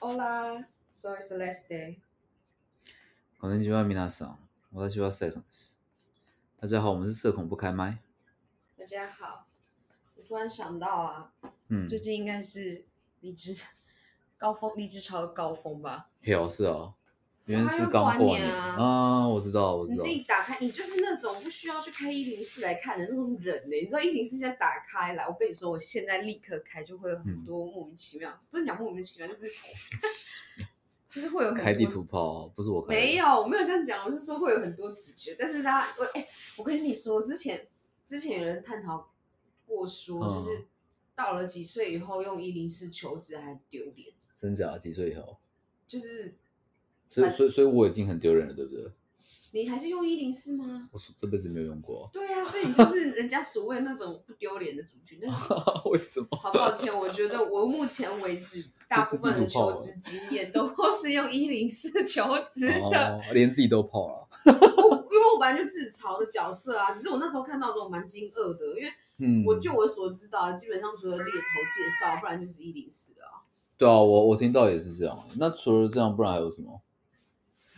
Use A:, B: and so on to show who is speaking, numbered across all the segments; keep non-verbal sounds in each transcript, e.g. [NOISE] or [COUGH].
A: Hola, soy Celeste。
B: こんにちは、皆さん。私はセイさんです。大家好，我们是社恐不开麦。
A: 大家好，我突然想到啊，
B: 嗯，
A: 最近应该是离职 [LAUGHS] 高峰，离职潮的高峰吧？
B: 嘿哦，是哦，原来是
A: 还
B: 刚
A: 有
B: 过
A: 过年
B: 年
A: 啊
B: 啊，我知道，我知
A: 你
B: 道
A: 自，己打开，你就是那种不需要去开一零四来看的那种人呢、你知道一零四现在打开来，我跟你说，我现在立刻开，就会有很多
B: 嗯
A: 莫名其妙，不是讲莫名其妙，就是 [LAUGHS] 就是会有很多
B: 开地图炮，不是我开的，
A: 没有，我没有这样讲，我是说会有很多直觉，但是大家，我哎、我跟你说，之前之前有人探讨过说，
B: 嗯
A: 就是到了几岁以后用一零四求职还丢脸，
B: 真假？几岁以后？
A: 就是
B: 所以，所以，所以我已经很丢人了，对不对？
A: 你还是用一零四吗？
B: 我说这辈子没有用过，
A: 对啊，所以你就是人家所谓那种不丢脸的族群，但是
B: [LAUGHS] 为什
A: [LAUGHS]
B: 么？
A: 好抱歉，我觉得我目前为止大部分的求职经验都是用一零四求职的，
B: 哦，连自己都泡了。
A: 我因为我本来就自嘲的角色啊，只是我那时候看到的时候蛮惊愕的，因为。
B: 嗯，
A: 我就我所知道的，基本上除了猎头介绍，不然就是一零四了啊。
B: 对啊，我我听到也是这样。那除了这样，不然还有什么？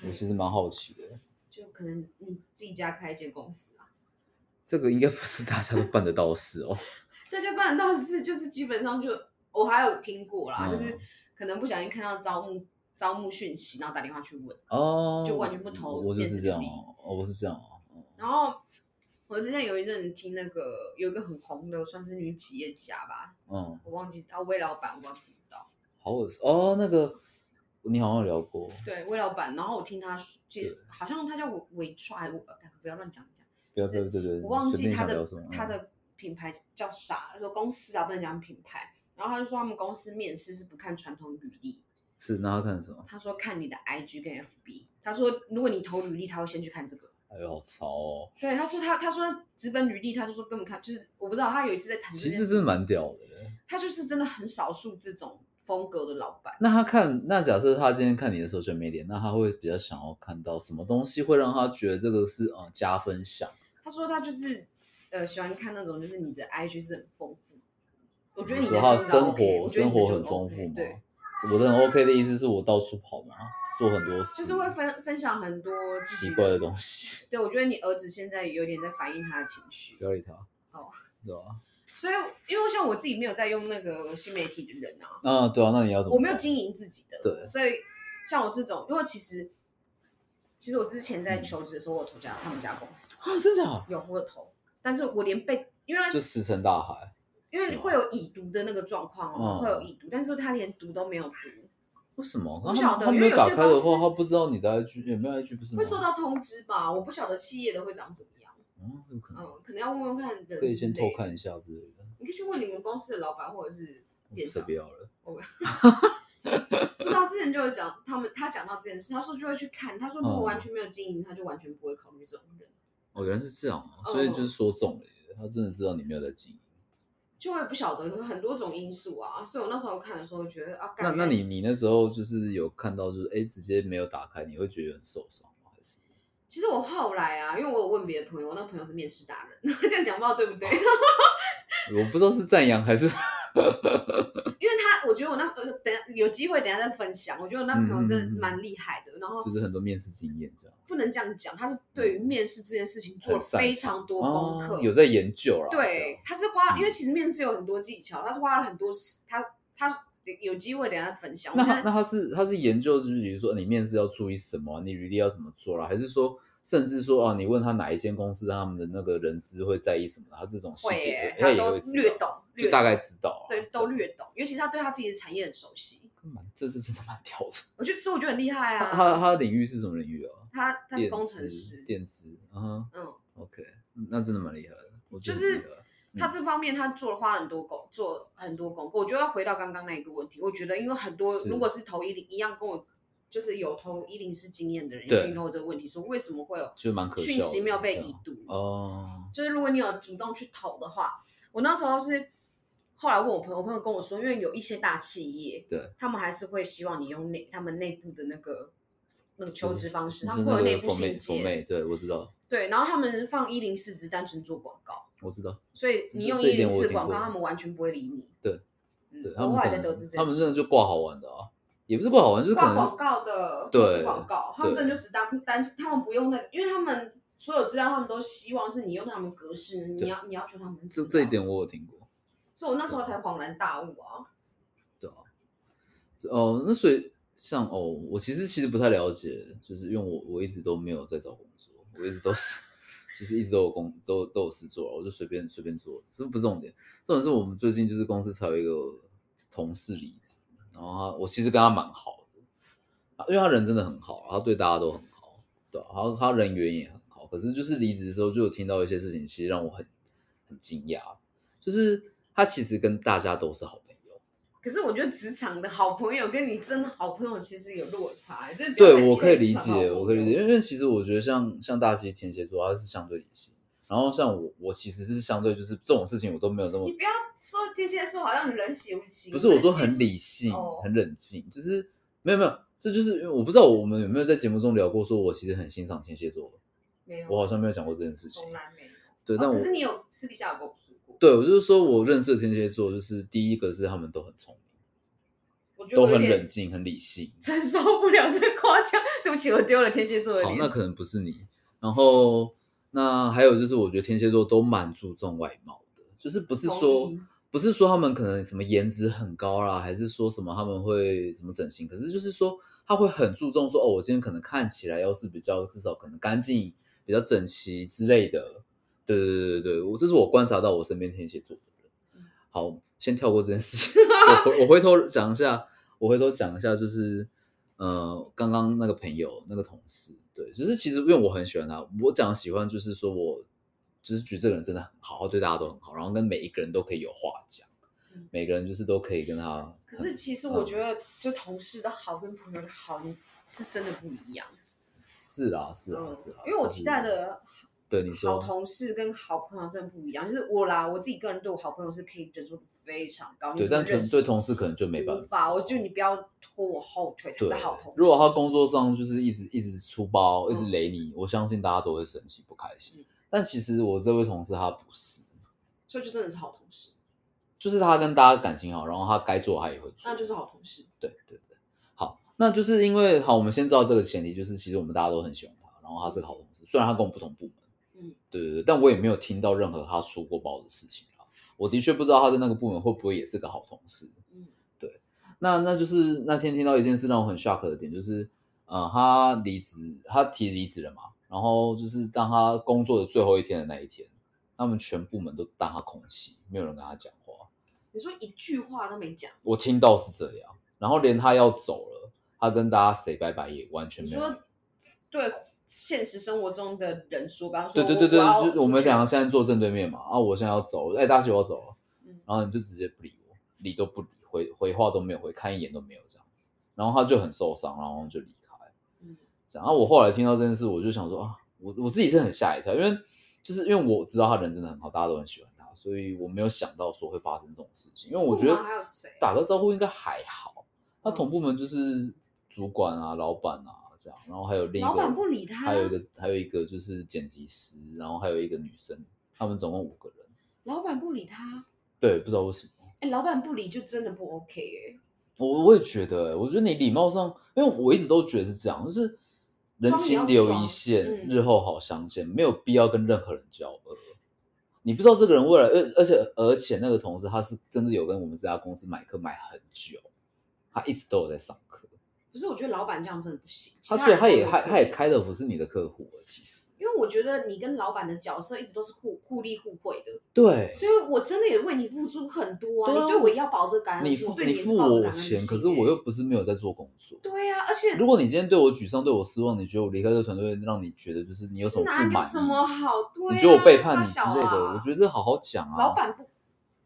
B: 我其实蛮好奇的。
A: 就可能你自己家开一间公司啊，
B: 这个应该不是大家都办得到的事哦。
A: 大家办得到是就是基本上就我还有听过啦，
B: 嗯
A: 就是可能不小心看到招募招募讯息，然后打电话去问，
B: 哦，
A: 就完全不投
B: 我我就
A: 电
B: 是
A: 子
B: 这样
A: 履历
B: 哦，哦我是这样哦。哦
A: 然后。我之前有一阵子听那个有一个很红的，算是女企业家吧，
B: 嗯，
A: 我忘记她魏老板，我忘记不知道，
B: 好恶心哦。那个你好像有聊过，
A: 对魏老板。然后我听她介
B: 对，
A: 好像她叫伟伟创，哎我不要乱讲，
B: 不要
A: 是
B: 对对对，
A: 我忘
B: 随
A: 记
B: 便
A: 他
B: 想
A: 的
B: 聊什么嗯
A: 他的品牌叫啥，他说公司啊不能讲品牌，然后他就说他们公司面试是不看传统履历，
B: 嗯是那他看什么？
A: 他说看你的 IG 跟 FB，他说如果你投履历，他会先去看这个。
B: 哎呦，好潮哦，
A: 对，他说他他说直本履历，他就说根本看就是我不知道，他有一次在谈这
B: 其
A: 件
B: 实
A: 事，
B: 是蛮屌的。
A: 他就是真的很少数这种风格的老板，
B: 那他看，那假设他今天看你的 social media，那他会比较想要看到什么东西，会让他觉得这个是呃加分项？
A: 他说他就是呃喜欢看那种就是你的 IG 是很丰富，我觉得你
B: 说
A: 的
B: 他的
A: 就是
B: 生
A: OK，
B: 活
A: 我觉得你
B: 生
A: 的
B: 活
A: 就
B: 很丰
A: OK，
B: 富吗
A: 对。？
B: 我的很 OK 的意思是我到处跑嘛，做很多事，
A: 就是会分分享很多自己
B: 嗯奇怪的东西，
A: 对，我觉得你儿子现在有点在反映他的情绪
B: 不，要理他。
A: 好，
B: 对吧、啊？
A: 所以因为像我自己没有在用那个新媒体的人啊，
B: 嗯，对啊，那你要怎么办？
A: 我没有经营自己的，
B: 对
A: 所以像我这种，因为其实其实我之前在求职的时候，我有投家他们家公司
B: 啊，真假？
A: 有我有投，但是我连被因为
B: 就石沉大海。
A: 因为会有已读的那个状况哦，
B: 嗯
A: 会有已读，但是他连读都没有读，
B: 为什么？
A: 我不
B: 他
A: 晓得
B: 他
A: 因
B: 没
A: 为
B: 有
A: 有
B: 打
A: 些
B: 开的
A: 公司
B: 话，他不知道你的 IG 有没有 IG 不是吗？
A: 会收到通知吧？我不晓得企业的会长怎么样，
B: 嗯，有可能
A: 嗯，可能要问问看人之类的，
B: 可以先偷看一下之类的。
A: 你可以去问你们公司的老板或者是店
B: 我不
A: 长。
B: 要了。
A: 不知道之前就有讲他们，他讲到这件事，他说就会去看，他说如果
B: 嗯
A: 完全没有经营，他就完全不会考虑这种人，
B: 哦，原来是这样啊，所以
A: 嗯
B: 就是说中了耶，他真的知道你没有在经营。
A: 就会不晓得有很多种因素啊。所以我那时候看的时候觉得啊，
B: 那
A: 干
B: 那你你那时候就是有看到就是哎直接没有打开，你会觉得很受伤吗？还是
A: 其实我后来啊，因为我有问别的朋友，我那个朋友是面试达人， [LAUGHS] 这样讲不知道对不对？
B: 哦我不知道是赞扬还是 [LAUGHS]
A: 因为他我觉得我那呃等下有机会等下再分享，我觉得我那
B: 嗯
A: 朋友真的蛮厉害的，然后
B: 就是很多面试经验这样。
A: 不能这样讲，他是对于面试这件事情做了
B: 很擅长
A: 非常多功课，
B: 哦有在研究啦。
A: 对，他是花，
B: 嗯
A: 因为其实面试有很多技巧，他是花了很多时，他他有机会等一下分享。
B: 那
A: 我现
B: 他
A: 在
B: 那他是他是研究，就是比如说你面试要注意什么啊，你履历要怎么做啦，还是说甚至说啊，你问他哪一间公司，他们的那个人资会在意什么，他这种细
A: 会
B: 节
A: 耶，
B: 他
A: 他
B: 也
A: 都
B: 会知道
A: 略，懂，略
B: 就大概知道啊、
A: 对都略懂，尤其是他对他自己的产业很熟悉，
B: 这样。蛮这是真的蛮屌的。
A: 我觉得所以我觉得很厉害
B: 他
A: 啊。
B: 他他的领域是什么领域啊？
A: 他他是
B: 电
A: 工
B: 子
A: 程师，
B: 电子，嗯哼
A: 嗯，
B: ，OK，那真的蛮厉害的，我觉得
A: 就是
B: 很厉害嗯
A: 他这方面他做了花了很多功，做很多功课。我觉得要回到刚刚那一个问题，我觉得因为很多
B: 是
A: 如果是投一零一样跟我就是有投一零四经验的人，一
B: 对
A: 定都有这个问题，说为什么会有
B: 就蛮可笑的
A: 讯息没有被
B: 这样
A: 已读？
B: 哦，
A: 就是如果你有主动去投的话，我那时候是后来问我朋友，我朋友跟我说，因为有一些大企业，
B: 对，
A: 他们还是会希望你用内他们内部的那个那个求职方式，他
B: 就是
A: 们
B: 那
A: 会有内
B: 个
A: 部
B: format-
A: 信件，
B: format，对我知道，
A: 对，然后他们放一零四只单纯做广告，
B: 我知道。
A: 所以
B: 这
A: 你用
B: 这
A: 一
B: 一点
A: 零
B: 我有
A: 四
B: 听
A: 广告，
B: 过
A: 他们完全不会理你。
B: 对
A: 嗯，
B: 对他
A: 我
B: 们
A: 后来
B: 可
A: 才
B: 能
A: 得知这
B: 他
A: 件
B: 们真的
A: 事。
B: 就挂好玩的啊，也不是不好玩，就是可
A: 挂
B: 能
A: 广告的
B: 对
A: 组织广告，他们
B: 对
A: 真的就是单单，他们不用那个，因为他们所有资料，他们都希望是你用他们格式，你
B: 对
A: 要你要求他们知
B: 这
A: 道
B: 这一，点我有听过。
A: 所以我那时候才恍然大悟啊。
B: 哦，那所以像哦，我其实其实不太了解，就是因为我我一直都没有在找工作，我一直都是 [LAUGHS] 就是一直都有工都都有事做，啊我就随便随便做，这不是重点，重点是我们最近就是公司才有一个同事离职，然后他我其实跟他蛮好的，啊因为他人真的很好，啊他对大家都很好，对、啊，然后他人缘也很好，可是就是离职的时候就有听到一些事情，其实让我很很惊讶，就是他其实跟大家都是好朋友。
A: 可是我觉得职场的好朋友跟你真的好朋友其实有落差，欸真的不要
B: 对，
A: 太
B: 我
A: 期
B: 可以
A: 待职
B: 理
A: 场好
B: 解，
A: 朋
B: 我可以理
A: 友
B: 解，因为其实我觉得像像大西天蝎座，他是相对理性，然后像我，我其实是相对就是这种事情我都没有这么
A: 你，不要说天蝎座好像人血无情，
B: 不是我说很
A: 接受
B: 理性、
A: 哦
B: 很冷静，就是没有没有，这就是因为我不知道我们有没有在节目中聊过，说我其实很欣赏天蝎座，
A: 没有，
B: 我好像没有讲过这件事情
A: 从。来没有。
B: 对，
A: 哦
B: 但我
A: 可是你有私底下有跟我说过，
B: 对我就是说我认识的天蝎座，就是第一个是他们都很聪明，
A: 我觉得
B: 都
A: 我有
B: 很
A: 点
B: 冷静、很理性，
A: 承受不了这个夸奖， [LAUGHS] 对不起，我丢了天蝎座的
B: 好，
A: 脸。
B: 那可能不是你。然后那还有就是，我觉得天蝎座都蛮注重外貌的，就是不是说
A: 同意
B: 不是说他们可能什么颜值很高啦，还是说什么他们会怎么整形，可是就是说他会很注重说哦，我今天可能看起来要是比较至少可能干净、比较整齐之类的。对对对对对，我这是我观察到我身边天蝎座的
A: 嗯
B: 人。好，先跳过这件事情，我回我回头讲一下，我回头讲一下，就是呃，刚刚那个朋友那个同事，对，就是其实因为我很喜欢他，我讲喜欢就是说我就是觉得这个人真的很好，他对大家都很好，然后跟每一个人都可以有话讲
A: 嗯，
B: 每个人就是都可以跟他很。
A: 可是其实
B: 嗯
A: 我觉得，就同事的好跟朋友的好，你是真的不一样。
B: 是啦是啦
A: 嗯
B: 是啦，
A: 因为我
B: 就是
A: 期待的
B: 对你
A: 好
B: 说，
A: 同事跟好朋友真的不一样。就是我啦，我自己个人对我好朋友是可以忍受度非常高，
B: 对，
A: 你怎么
B: 但可
A: 认
B: 能
A: 识
B: 对同事可能就没办
A: 无法。我觉得你不要拖我后腿才
B: 对
A: 是好同事。
B: 如果他工作上就是一直一直出包，一直
A: 嗯
B: 雷你，我相信大家都会生气不开心
A: 嗯。
B: 但其实我这位同事他不是，
A: 所以就真的是好同事，
B: 就是他跟大家感情好，然后他该做他也会做，
A: 那就是好同事。
B: 对对对，好，那就是因为好，我们先知道这个前提，就是其实我们大家都很喜欢他，然后他是个好同事，虽然他跟我不同部门，
A: 嗯，
B: 对对对，但我也没有听到任何他出过包的事情啊。我的确不知道他在那个部门会不会也是个好同事，
A: 嗯，
B: 那那就是那天听到一件事让我很 shock 的点，就是呃，他离职，他提离职了嘛，然后就是当他工作的最后一天的那一天，他们全部门都当他空气，没有人跟他讲话。
A: 你说一句话都没讲，
B: 我听到是这样，然后连他要走了，他跟大家 say 拜拜也完全
A: 你
B: 没有人。
A: 说对现实生活中的人说，刚刚说哦
B: 对对对对，
A: 我
B: 就是我们两
A: 个
B: 个现在坐正对面嘛，啊，我现在要走了，哎，大喜我要走了，
A: 嗯
B: 然后你就直接不理我，理都不理，回回话都没有回，看一眼都没有这样子，然后他就很受伤，然后就离开。
A: 嗯
B: 这样。然后我后来听到这件事，我就想说啊，我我自己是很吓一跳，因为就是因为我知道他人真的很好，大家都很喜欢他，所以我没有想到说会发生这种事情。因为我觉
A: 部
B: 得
A: 门还有谁啊嗯
B: 打个招呼应该还好，那同部门就是主管啊、老板啊这样，然后还有另一个
A: 老板不理他
B: 还有一个还有一个就是剪辑师，然后还有一个女生，他们总共五个人。
A: 老板不理他，
B: 对，不知道为什么。
A: 哎，老板不理就真的不 OK 哎、
B: 我我也觉得、欸我觉得你礼貌上，因为我一直都觉得是这样，就是人情留一线，
A: 装你要装嗯
B: 日后好相见，没有必要跟任何人交恶。你不知道这个人未来，而而且而且那个同事他是真的有跟我们这家公司买课买很久，他一直都有在上课。
A: 可是我觉得老板这样真的不行。
B: 他
A: 其
B: 啊所以
A: 人
B: 他也
A: 都有
B: 他
A: 可
B: 他也
A: 以，
B: 开的不是你的客户了，其实
A: 因为我觉得你跟老板的角色一直都是互互利互惠的，
B: 对，
A: 所以我真的也为你付出很多啊。
B: 对啊
A: 你对我也要保这感恩
B: 你
A: 心，
B: 付
A: 我对
B: 你
A: 也
B: 付
A: 抱着
B: 我
A: 感恩
B: 钱，
A: 心
B: 可是我
A: 欸
B: 又不是没有在做工作。
A: 对啊，而且
B: [LAUGHS] 如果你今天对我沮丧，对我失望，你觉得我离开这个团队，让你觉得就是你有什
A: 这
B: 么
A: 哪
B: 不
A: 有
B: 满
A: 什
B: 意
A: 么好对、啊？
B: 你觉得我背叛你之
A: 傻小
B: 类的，
A: 啊、
B: 我觉得这好好讲啊。
A: 老板不，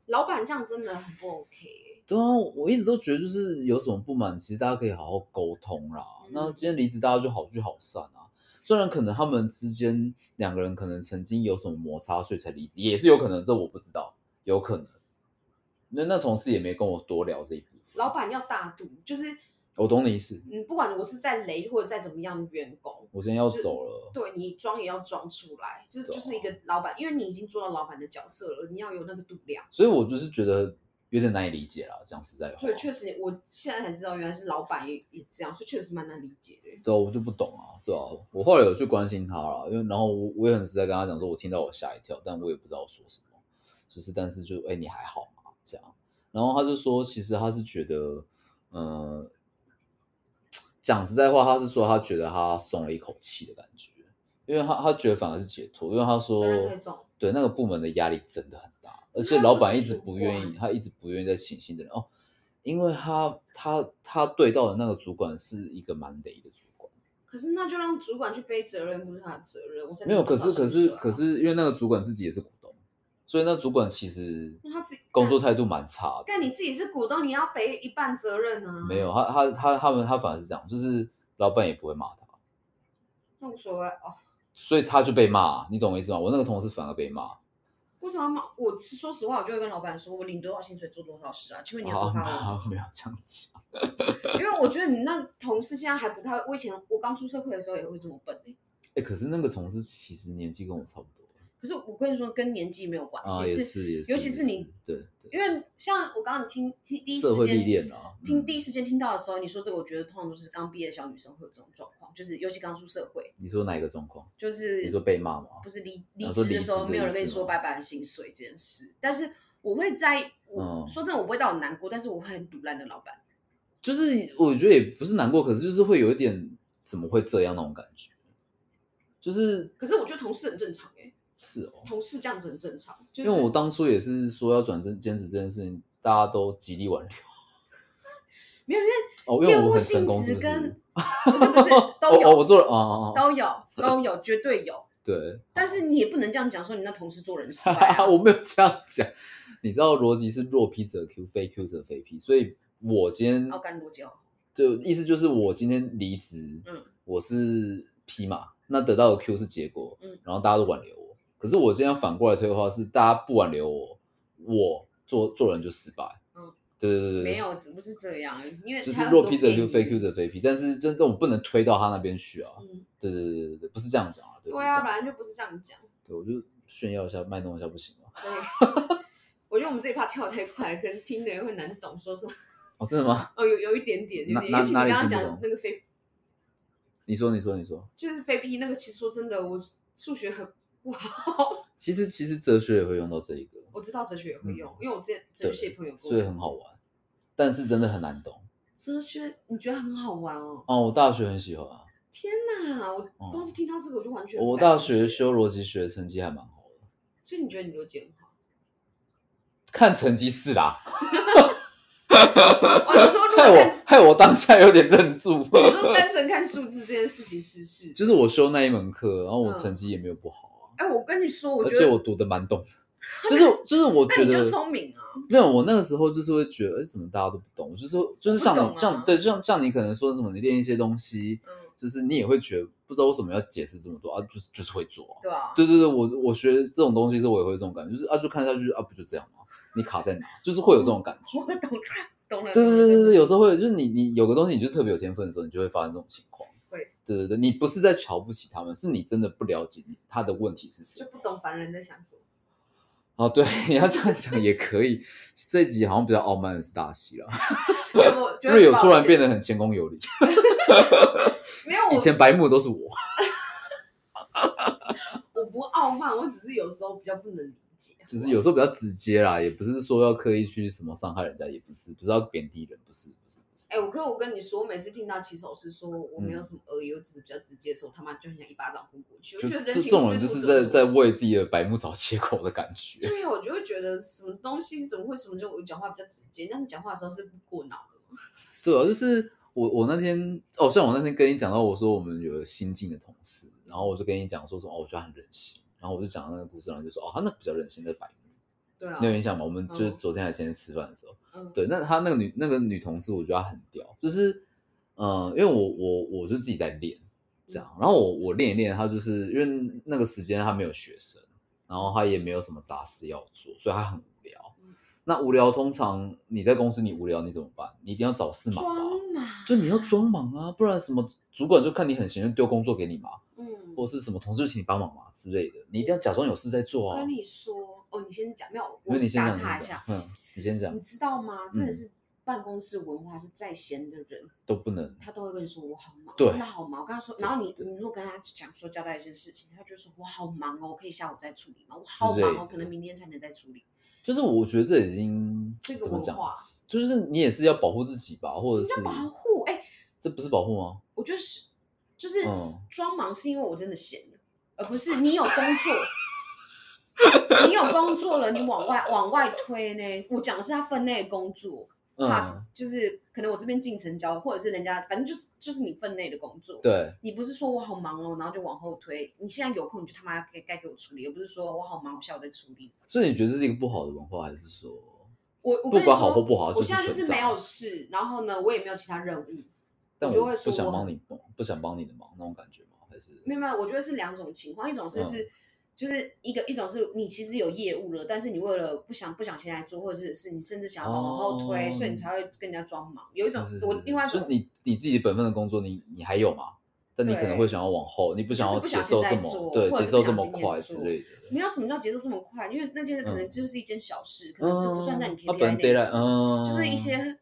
A: 老板这样真的很不 OK 欸、
B: 对啊，我一直都觉得就是有什么不满，其实大家可以好好沟通啦。
A: 嗯
B: 那今天离职，大家就好聚好散啊。虽然可能他们之间两个人可能曾经有什么摩擦，所以才离职，也是有可能，这我不知道，有可能。那那同事也没跟我多聊这一部分。
A: 老，板要大度，就是
B: 我懂你意思。
A: 嗯，不管我是在雷或者再怎么样的员工，
B: 我今天要走了，
A: 对你装也要装出来，这
B: 对啊
A: 就是一个老板，因为你已经做到老板的角色了，你要有那个度量。
B: 所以我就是觉得有点难以理解啦。讲实在话，
A: 对，确实，我现在才知道原来是老板也也这样，所以确实蛮难理解的。
B: 对啊，我就不懂啊，对啊，我后来有去关心他了，因为然后我我也很实在跟他讲说，我听到我吓一跳，但我也不知道说什么，就是但是就哎、你还好吗？这样，然后他就说，其实他是觉得，呃，讲实在话，他是说他觉得他松了一口气的感觉，因为他他觉得反而是解脱，因为他说
A: 责任推重，
B: 对那个部门的压力真的很大，而
A: 是
B: 且
A: 他
B: 老
A: 不
B: 板
A: 是
B: 一直
A: 主
B: 不愿
A: 管啊
B: 意，他一直不愿意再请新的人哦，因为他他他对到的那个主管是一个蛮雷的主管。
A: 可是那就让主管去背责任，不是他的责任。我才
B: 没有，
A: 领
B: 可
A: 多少
B: 是可
A: 薪
B: 是
A: 水啊
B: 可，是，因为那个主管自己也是股东，所以那主管其实
A: 那他自己
B: 工作态度蛮差的。
A: 但你自己是股东，你要背一半责任啊。
B: 没有，，他他他他们他反而是这样，就是老板也不会骂他，
A: 那无所谓哦。
B: 所以他就被骂，你懂我意思吗？我那个同事反而被骂，
A: 为什么要骂？我是说实话，我就会跟老板说，我领多少薪水做多少事啊？请问你要多发我吗
B: 啊，没有这样讲。
A: 因为我觉得你那同事现在还不太会，我以前我刚出社会的时候也会这么笨、欸、
B: 哎，可是那个同事其实年纪跟我差不多
A: 可是我跟你说，跟年纪没有关系，
B: 啊，也是也是，
A: 尤其
B: 也
A: 是你
B: 对对，
A: 因为像我刚刚听听第一
B: 社
A: 时
B: 会
A: 间
B: 历练啊嗯
A: 听第一时间听到的时候，你说这个，我觉得通常都是刚毕业的小女生会有这种状况，就是尤其刚出社会，
B: 你说哪一个状况？
A: 就是
B: 你说被骂吗？
A: 不是离
B: 啊
A: 离
B: 说
A: 职
B: 离
A: 的时候
B: 职
A: 没有
B: 这
A: 人
B: 件
A: 被
B: 事
A: 说
B: 吗
A: 拜拜薪水这件事，但是我会在我、
B: 嗯
A: 说真的，我不会到很难过，但是我会很堵烂的老板。
B: 就是我觉得也不是难过，可是就是会有一点怎么会这样那种感觉，就是
A: 可是我觉得同事很正常哎、
B: 是哦，
A: 同事这样子很正常，就是
B: 因为我当初也是说要转正兼职这件事情，大家都极力挽留。
A: 没有因为
B: 哦，因为
A: 业
B: 我
A: 务
B: 很成
A: 性
B: 功，
A: 质
B: 是不是？ [LAUGHS]
A: 跟不是不是都
B: 哦哦，我
A: 有
B: 做了哦哦哦，
A: 都有都有绝对有，
B: 对，
A: 但是你也不能这样讲说你那同事做人失
B: 哈
A: 败
B: 哈 [LAUGHS]
A: 啊。
B: 我没有这样讲。你知道逻辑是弱 P 者 Q，非 Q 者非 P，所以我今天
A: 要干逻辑哦，
B: 就意思就是我今天离职，
A: 嗯，
B: 我是 P 嘛，那得到的 Q 是结果，
A: 嗯，
B: 然后大家都挽留我，可是我今天反过来推的话是，大家不挽留我，我做做人就失败，
A: 嗯，
B: 对对对对，
A: 没有，只不是这样，因为
B: 就是
A: 他有
B: 弱
A: 很多
B: P 者
A: 建
B: Q，
A: 议
B: 非 Q 者非 P，但是真的我不能推到他那边去啊，
A: 嗯，
B: 对对对对对，不是这样讲啊，对
A: 对啊，
B: 不
A: 本来
B: 是这样
A: 就不是这样讲。
B: 对我就炫耀一下，卖弄一下不行吗？ [LAUGHS]
A: 对，我觉得我们这一趴跳得太快，可能听的人会难懂，说什么
B: 哦，真的吗？
A: 哦，有有一点点，有
B: 哪
A: 一点，
B: 哪
A: 尤其你刚
B: 哪
A: 刚
B: 里听不
A: 讲
B: 懂
A: 那个飞，
B: 你说，你说，你说，
A: 就是飞批那个，其实说真的，我数学很不好，
B: 其实其实哲学也会用到这一个，
A: 我知道哲学也会用
B: 嗯，
A: 因为我之前哲学系朋友跟
B: 所
A: 我
B: 以
A: 讲，
B: 很好玩，但是真的很难懂。
A: 哲学你觉得很好玩哦？
B: 哦，我大学很喜欢啊，
A: 天哪，我
B: 哦
A: 光是听到这个我就完全不
B: 我
A: 感
B: 大
A: 兴趣
B: 学，修逻辑学成绩还蛮好的，
A: 所以你觉得你逻辑很好？
B: 看成绩是
A: [LAUGHS]
B: 啦，
A: 哦，你说如果单，
B: [LAUGHS] 害我害我当下有点愣住。
A: 你说单纯看数字这件事情是是，
B: 就是我修那一门课，然后我
A: 嗯
B: 成绩也没有不好啊，
A: 哎，我跟你说，我
B: 而
A: 觉
B: 且
A: 得
B: 我读的蛮懂的，
A: [LAUGHS]
B: 就是就是我
A: 那
B: 觉
A: 你
B: 得
A: 就聪明啊，
B: 没有，我那个时候就是会觉得，哎，怎么大家都不懂？就是就是像你、
A: 我不懂啊
B: 像对，就像像你可能说什么，你练一些东西，
A: 嗯，
B: 就是你也会觉得不知道为什么要解释这么多啊，就是就是会做、啊。
A: 对啊，
B: 对对对，我我学这种东西的时候，我也会有这种感觉，就是啊，就看下去啊，不就这样吗？你卡在哪？就是会有这种感觉。
A: 我懂懂了，
B: 对对对对对，
A: 有
B: 有时候会，就是你你有个东西，你就特别有天分的时候，你就会发生这种情况。
A: 会，
B: 对对对，你不是在瞧不起他们，是你真的不了解你他的问题是什
A: 就
B: 么。
A: 不懂凡人在想什么。 [LAUGHS]
B: 哦，对，你要这样讲也可以。这一集好像比较傲慢的是大西啦，
A: 对哎我觉得
B: 瑞友
A: 很
B: 突然
A: 抱歉
B: 变得很谦恭有礼，
A: 没有
B: 以前白目都是我。
A: 我，我不傲慢，我只是有时候比较不能理解。
B: 就是有时候比较直接啦，也不是说要刻意去什么伤害人家，也不是，不是要贬低人，不是，不是，不是。
A: 哎、我跟我跟你说，我每次听到骑手是说我
B: 嗯
A: 没有什么恶意，我只是比较直接的时候，他妈就很想一巴掌呼过去。我
B: 就
A: 觉得人
B: 这
A: 情
B: 这
A: 世
B: 种人就
A: 故
B: 是
A: 怎么
B: 在在
A: 回事。
B: 为自己的白目找借口的感觉。
A: 对啊，我就会觉得什么东西怎么会什么就我讲话比较直接，但你讲话的时候是不过脑的吗？
B: 对啊，就是我我那天哦，像我那天跟你讲到，我说我们有个新进的同事，然后我就跟你讲说什么，哦，我觉得他很任性，然后我就讲到那个故事，然后你就说哦，他那个比较任性，那白目。
A: 对啊
B: 你，有印象吗？我们就是
A: 嗯
B: 昨天还前天吃饭的时候，
A: 嗯
B: 对，那她那个女那个女同事，我觉得她很屌，就是，嗯、因为我我我就自己在练这样，然后我我练一练，她就是因为那个时间她没有学生，然后她也没有什么杂事要做，所以她很无聊
A: 嗯。
B: 那无聊通常你在公司你无聊你怎么办？你一定要找事忙吧，
A: 装嘛，
B: 就你要装忙啊，不然什么主管就看你很闲就丢工作给你嘛，
A: 嗯，
B: 或者是什么同事就请你帮忙嘛之类的，你一定要假装有事在做
A: 我
B: 啊
A: 跟。你说，哦，你先讲，没有，
B: 因
A: 我
B: 为你先
A: 打
B: 讲你
A: 岔一
B: 的，
A: 下，
B: 嗯，你先讲
A: 你，知道吗？真的
B: 嗯
A: 是办公室文化是在先的人，
B: 都不能，
A: 他都会跟你说我好忙，
B: 对
A: 真的好忙。我跟他说，然后你
B: 对
A: 你如果跟他讲说交代一件事情，他就说我好忙哦，我可以下午再处理吗？我好
B: 之类
A: 忙
B: 的
A: 哦，可能明天才能再处理。
B: 就是我觉得这已经
A: 这个
B: 怎么
A: 文
B: 讲
A: 化，
B: 就是你也是要保护自己吧，或
A: 什
B: 者
A: 么
B: 是
A: 叫保护？哎，
B: 这不是保护吗？
A: 我觉得是，就是
B: 嗯
A: 装忙是因为我真的闲了，而不是你有工作，你有工作 [LAUGHS] 了，你往外往外推呢。我讲的是他分内的工作，怕是
B: 嗯，
A: 就是可能我这边进成交，或者是人家，反正就是就是你分内的工作。
B: 对，
A: 你不是说我好忙哦，然后就往后推。你现在有空，你就他妈该该给我处理，而不是说我好忙，我下午再处理。
B: 所以你觉得这是一个不好的文化，还是说
A: 我我
B: 不
A: 跟你说，
B: 管好或不好，
A: 我现在就
B: 存
A: 是
B: 在啊
A: 没有事，然后呢，我也没有其他任务。
B: 但
A: 我就
B: 我
A: 会
B: 不
A: 说
B: 想
A: 我
B: 帮
A: 很
B: 你忙，不想帮你的忙那种感觉吗？还是
A: 没有没有，我觉得是两种情况，一种是
B: 嗯
A: 是、就是一个一种是你其实有业务了，但是你为了不想不想现在做，或者是是你甚至想要往后推，
B: 哦
A: 所以你才会跟人家装忙。有一种
B: 是是是
A: 我
B: 是
A: 另外一
B: 就
A: 种
B: 你你自己本分的工作你，你还有吗？但你可能
A: 对
B: 会想要往后，你不想
A: 就是
B: 要
A: 不
B: 接
A: 想
B: 受
A: 现
B: 这
A: 在
B: 么
A: 做
B: 对
A: 或者
B: 接
A: 是
B: 受
A: 不
B: 这
A: 想
B: 么
A: 今天
B: 快之
A: 做
B: 类的。
A: 没有什么叫节奏这么快，因为那件可能
B: 嗯
A: 就是一件小事，可能都不算在你
B: 嗯，它本
A: KPI 内
B: 来 d e
A: 事，
B: 嗯，
A: 就是一些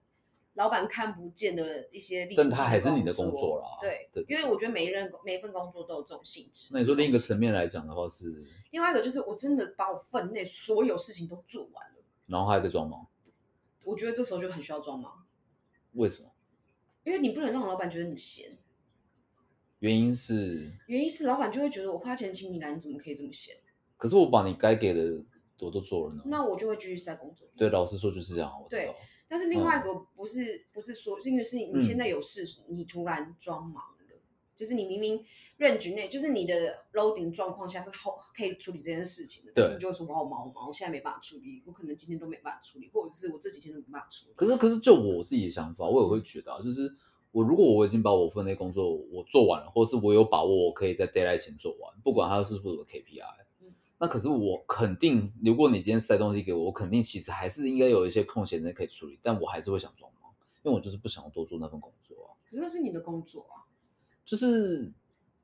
A: 老板看不见的一些例行
B: 但
A: 性
B: 它还是你的工
A: 作
B: 作啦
A: 对，
B: 对
A: 因为我觉得每一任每一份工作都有这种性质。
B: 那你说另一个层面来讲的话是，
A: 另外一个就是我真的把我分内所有事情都做完了，
B: 然后还在装忙，
A: 我觉得这时候就很需要装忙。
B: 为什么？
A: 因为你不能让老板觉得你闲，
B: 原因是，
A: 原因是老板就会觉得我花钱请你来，你怎么可以这么闲？
B: 可是我把你该给的我都做了呢。
A: 那我就会继续塞工作。
B: 对，老实说就是这样啊，我知
A: 对
B: 道。
A: 但是另外一个不是、不是说，是因为是你
B: 嗯
A: 现在有事，你突然装忙了，就是你明明任局内，就是你的 loading 状况下是好可以处理这件事情的，
B: 对
A: 但是你就会说我好忙好忙，我现在没办法处理，我可能今天都没办法处理，或者是我这几天都没办法处理。
B: 可是，可是就我自己的想法，
A: 嗯
B: 我也会觉得、啊，就是我如果我已经把我分内工作我做完了，或是我有把握我可以在 d a y l i g h t 前做完，不管它是不是我的 KPI，、
A: 嗯
B: 那可是我肯定，如果你今天塞东西给我，我肯定其实还是应该有一些空闲的可以处理，但我还是会想装忙，因为我就是不想要多做那份工作啊。
A: 可是那是你的工作啊，
B: 就是，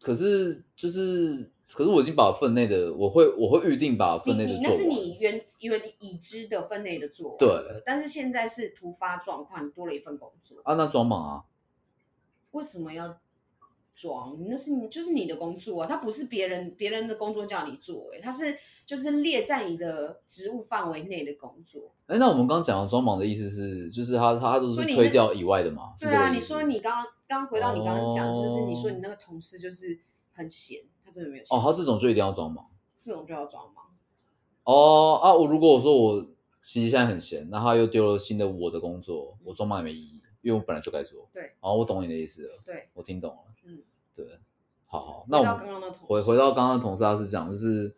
B: 可是就是，可是我已经把分内的，我会我会预定把
A: 你
B: 分内的
A: 你
B: 做
A: 那
B: 完。
A: 是你原原已知的分内的做完
B: 对
A: 了，但是现在是突发状况，你多了一份工作。
B: 啊，那装忙啊，
A: 为什么要装？那是你就是你的工作啊，它不是别人别人的工作叫你做、欸，它是就是列在你的职务范围内的工作。
B: 哎，那我们刚刚讲的装忙的意思是，就是他他都是
A: 所以你
B: 推
A: 那
B: 掉以外的嘛？是
A: 对
B: 这个
A: 啊，
B: 意
A: 你
B: 思
A: 说你刚刚刚回到你刚刚讲，就是你说
B: 哦
A: 你那个同事就是很闲，他真的没有闲
B: 哦，他这种
A: 事
B: 就一定要装忙
A: 这种就要装忙，
B: 哦啊！我如果我说我其实现在很闲，那他又丢了新的我的工作，我装忙也没意义，因为我本来就该做。
A: 对
B: 然后我懂你的意思了，
A: 对，
B: 我听懂了。
A: 嗯，
B: 对，好好，那我
A: 到
B: 们
A: 刚刚的同
B: 回
A: 事
B: 回到刚刚的同事，他是讲就是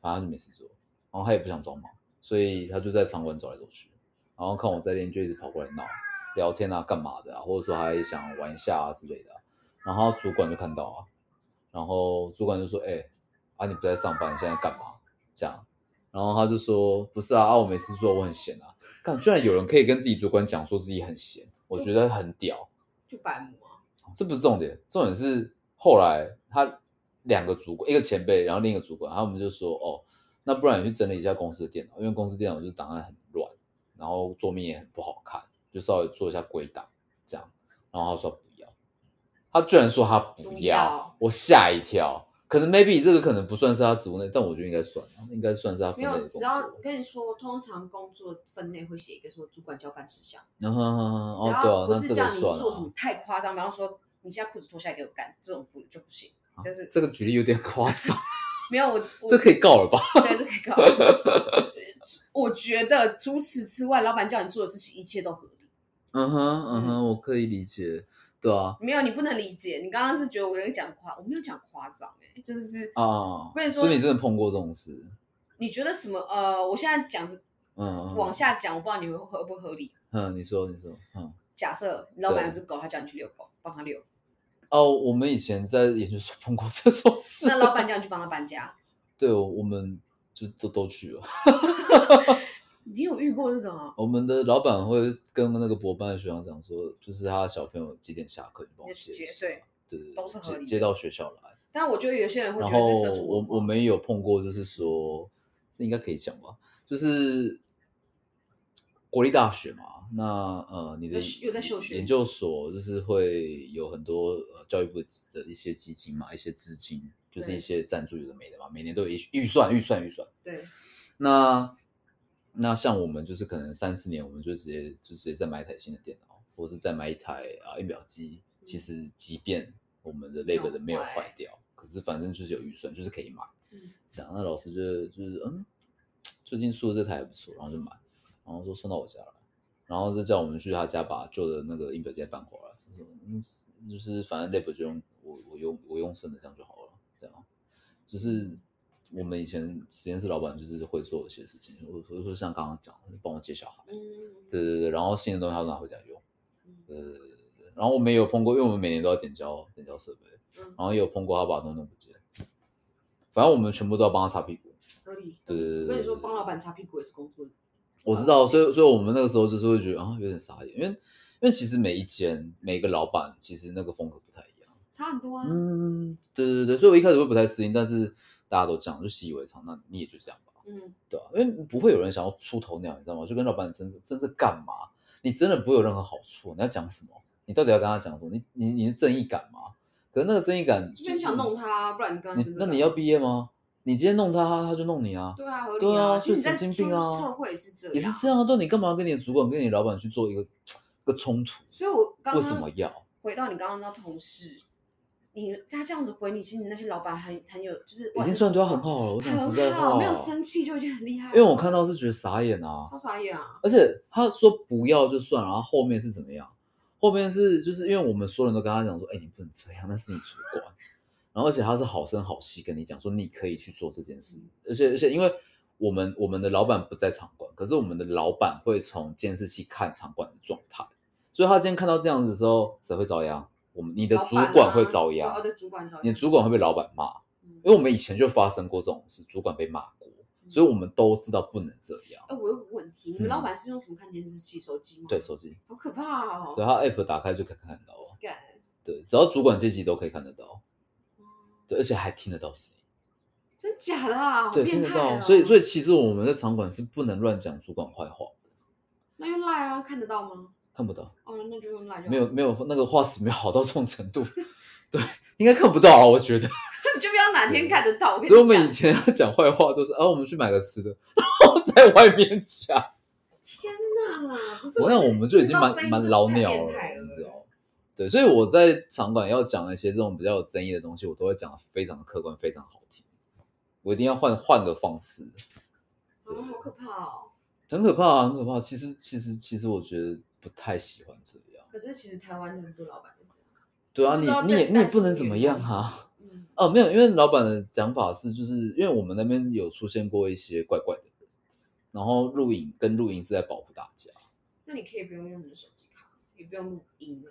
B: 反正就没事做，然后他也不想装忙，所以他就在场馆走来走去，然后看我在练，就一直跑过来闹聊天啊，干嘛的啊，或者说还想玩一下啊之类的啊、然后他主管就看到啊，然后主管就说：“哎、啊你不在上班，你现在干嘛？”这样，然后他就说：“不是啊，啊我没事做，我很闲啊。”看，居然有人可以跟自己主管讲说自己很闲，我觉得很屌。
A: 就白目啊，
B: 这不是重点，重点是后来他两个主管，一个前辈，然后另一个主管，他们就说：“哦，那不然你去整理一下公司的电脑，因为公司电脑就是档案很乱，然后桌面也很不好看，就稍微做一下归档这样。”然后他说不要，他居然说他不
A: 不
B: 要，
A: 要
B: 我吓一跳。可能 maybe 这个可能不算是他职务内，但我觉得应该算，啊应该算是他分
A: 没
B: 内的
A: 有，
B: 工作
A: 只。要跟你说，通常工作分内会写一个说主管交办事项，
B: 嗯哼哼哼
A: 只
B: 哦，对
A: 要
B: 啊，
A: 不
B: 那
A: 是
B: 这
A: 叫
B: 个
A: 你
B: 算
A: 做
B: 啊
A: 什么太夸张，比方说你现在裤子脱下来给我干，这种不就不行，
B: 啊
A: 就是
B: 这个举例有点夸
A: [LAUGHS]
B: 张，
A: 没有我我
B: 这可以告了吧？
A: 对，这可以搞。
B: [LAUGHS]
A: 呃我觉得除此之外，老板叫你做的事情，一切都合理。
B: 嗯哼，嗯哼，我可以理解，对啊，
A: 没有，你不能理解。你刚刚是觉得我有讲夸，我没有讲夸张、欸，就是
B: 啊，
A: 我跟你说
B: 所以你真的碰过这种事，
A: 你觉得什么？呃，我现在讲
B: 嗯，
A: 往下讲，我不知道你合不合理。
B: 嗯，嗯，你说，你说，嗯，
A: 假设你老板
B: 对
A: 有只狗，他叫你去遛狗，帮他遛；
B: 哦，我们以前在研究所碰过这种事， [LAUGHS]
A: 那老板叫你去帮他搬家，
B: 对，我我们就都都去了，
A: 你有遇过这种啊？
B: 我们的老板会跟那个博班的学长讲说，就是他小朋友几点下课，你帮我
A: 就
B: 接
A: 接
B: 一下
A: 对，
B: 对对，对
A: 都是合
B: 接
A: 理
B: 接
A: 的
B: 到学校来。
A: 但我觉得有些人会
B: 然
A: 觉
B: 后
A: 得这是社畜
B: 我
A: 文化
B: 我们也有碰过，就是说这应该可以讲吧？就是国立大学嘛，那呃，你的
A: 在又在休学
B: 研究所就是会有很多呃教育部的一些基金嘛，一些资金，就是
A: 对
B: 一些赞助有的没的嘛，每年都有一预算，预算，预算。
A: 对，
B: 那那像我们就是可能三四年，我们就直接就直接再买一台新的电脑，或是再买一台啊印表机。其实即便我们的 labor 的没有坏掉，可是反正就是有预算，就是可以买。
A: 嗯，
B: 这样，那老师就是就是嗯，最近出的这台还不错，然后就买，然后说送到我家了，然后就叫我们去他家把旧的那个印表机搬回来。我说嗯，就是反正 labor 就用我我用我用剩的这样就好了，这样。就是我们以前实验室老板就是会做一些事情，我我就说像刚刚讲，帮我接小孩，
A: 嗯，
B: 对对对，然后新的东西他都拿回家用，对对对对对。然后我们也有碰过，因为我们每年都要点交点交设备，
A: 嗯，
B: 然后也有碰过他把东西弄不见，反正我们全部都要帮他擦屁股。
A: 合理。
B: 对对对对
A: 我跟你说，
B: 对
A: 帮老板擦屁股也是工作。
B: 我知道，所以所以我们那个时候就是会觉得啊有点傻眼，因为因为其实每一间每个老板其实那个风格不太一样。
A: 差很多啊。
B: 嗯，对对对，所以我一开始会不太适应，但是大家都这样，就习以为常，那你也就这样吧。
A: 嗯，
B: 对啊，因为不会有人想要出头鸟，你知道吗？就跟老板争争是干嘛？你真的不会有任何好处。你要讲什么？你到底要跟他讲什么？你你你是正义感吗？可是那个正义感
A: 就是是你想弄他，啊不然你跟他
B: 你
A: 真的
B: 那
A: 干嘛
B: 你要毕业吗？你今天弄他，他就弄你啊，
A: 对啊，合理
B: 对啊
A: 其实你
B: 就
A: 在
B: 是神经病啊
A: 出社会也是这样，
B: 也是这样啊。对，你干嘛跟你的主管、跟你老板去做一个一个冲突？
A: 所以我刚刚
B: 为什么要？
A: 回到你刚刚那同事，你他这样子回你，其实你那些老板很很有，就是
B: 已经算对他很好了。我讲实在
A: 很好，
B: 话，哦
A: 没有生气就已经很厉害了。
B: 因为我看到是觉得傻眼啊。
A: 超傻眼啊，
B: 而且他说不要就算了，然后后面是怎么样？后面是就是因为我们所有人都跟他讲说，哎、你不能这样，那是你主管。然后而且他是好声好气跟你讲说，你可以去做这件事。
A: 嗯
B: 而且而且因为我们我们的老板不在场馆，可是我们的老板会从监视器看场馆的状态，所以他今天看到这样子的时候，谁会遭殃？我们你的
A: 老
B: 主
A: 板啊
B: 管会遭
A: 对
B: 殃
A: 哦，，对，主管遭
B: 你
A: 殃
B: 的，主管会被老板骂，
A: 嗯
B: 因为我们以前就发生过这种事，主管被骂过，所以我们都知道不能这样。
A: 哎，我有个问题，你们
B: 嗯
A: 老板是用什么看监视器？手机吗？
B: 对，，手机。
A: 好可怕哦
B: 对，，他 app 打开就可以看得到啊。
A: 干，
B: 对，只要主管阶级都可以看得到，啊对，而且还听得到声音，
A: 真假的啊，好
B: 对，
A: 变
B: 听得
A: 态
B: 到。
A: 哦。
B: 所以，所以其实我们在场馆是不能乱讲主管坏话，
A: 那用赖啊，看得到吗？
B: 看不到，
A: 哦，那就用赖就好
B: 没有，没有那个化 [LAUGHS] 石没有好到这种程度，对，应该看不到啊，
A: [LAUGHS]
B: 我觉得。
A: [LAUGHS] 你就不要哪天看得到。我跟
B: 所以我
A: 你
B: 们
A: 讲
B: 以，前要讲坏话都是啊，我们去买个吃的，然后在外面讲，
A: 天哪，不是，
B: 我那
A: 是
B: 我们就已经
A: 听到声
B: 蛮
A: 音
B: 蛮
A: 真的
B: 老
A: 太
B: 鸟
A: 变
B: 了
A: 态，
B: 你知道。对，所以我在场馆要讲一些这种比较有争议的东西，我都会讲的非常的客观，非常好听。我一定要换换个方式，
A: 啊，好可怕哦！
B: 很可怕、啊，很可怕。其实，其实，其实我觉得不太喜欢这样。
A: 可是其实台湾很多老板都这样。
B: 对啊，
A: 不
B: 你
A: 知道
B: 你
A: 在
B: 也你也
A: 担
B: 不
A: 心
B: 能
A: 员
B: 怎么
A: 工
B: 样
A: 是
B: 啊。
A: 嗯，
B: 哦，没有，因为老板的讲法是，就是因为我们那边有出现过一些怪怪的人，然后录影跟录影是在保护大家，
A: 那你可以不用用你的手机卡，也不用录音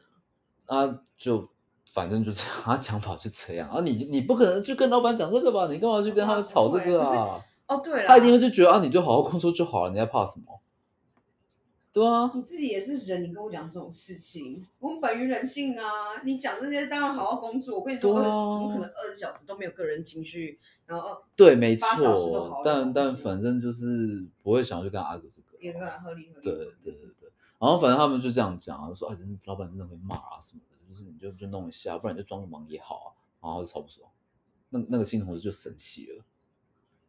A: 啊。
B: 啊，就反正就这样， [LAUGHS] 他讲法是这样啊，你你不可能去跟老板讲这个吧？你干嘛去跟他们吵这个啊？
A: 哦，对了，
B: 他一定会就觉得啊，你就好好工作就好了，你还怕什么？对啊，
A: 你自己也是人，你跟我讲这种事情，我们本于人性啊。你讲这些，当然好好工作。我跟你说，
B: 对
A: 二
B: 啊
A: 十、怎么可能二十小时都没有个人情绪？然后呃
B: 对，没
A: 八小时都
B: 错
A: 好，
B: 但
A: 好
B: 但
A: 工作
B: 反正就是不会想要去跟他 argue 这个，啊
A: 也没办法合理合理。
B: 对对对对，然后反正他们就这样讲啊，就说啊，真的老板真的会骂啊什么的，就是你就就弄一下，不然你就装个忙也好啊，然后就超不爽。那那个新同事就生气了，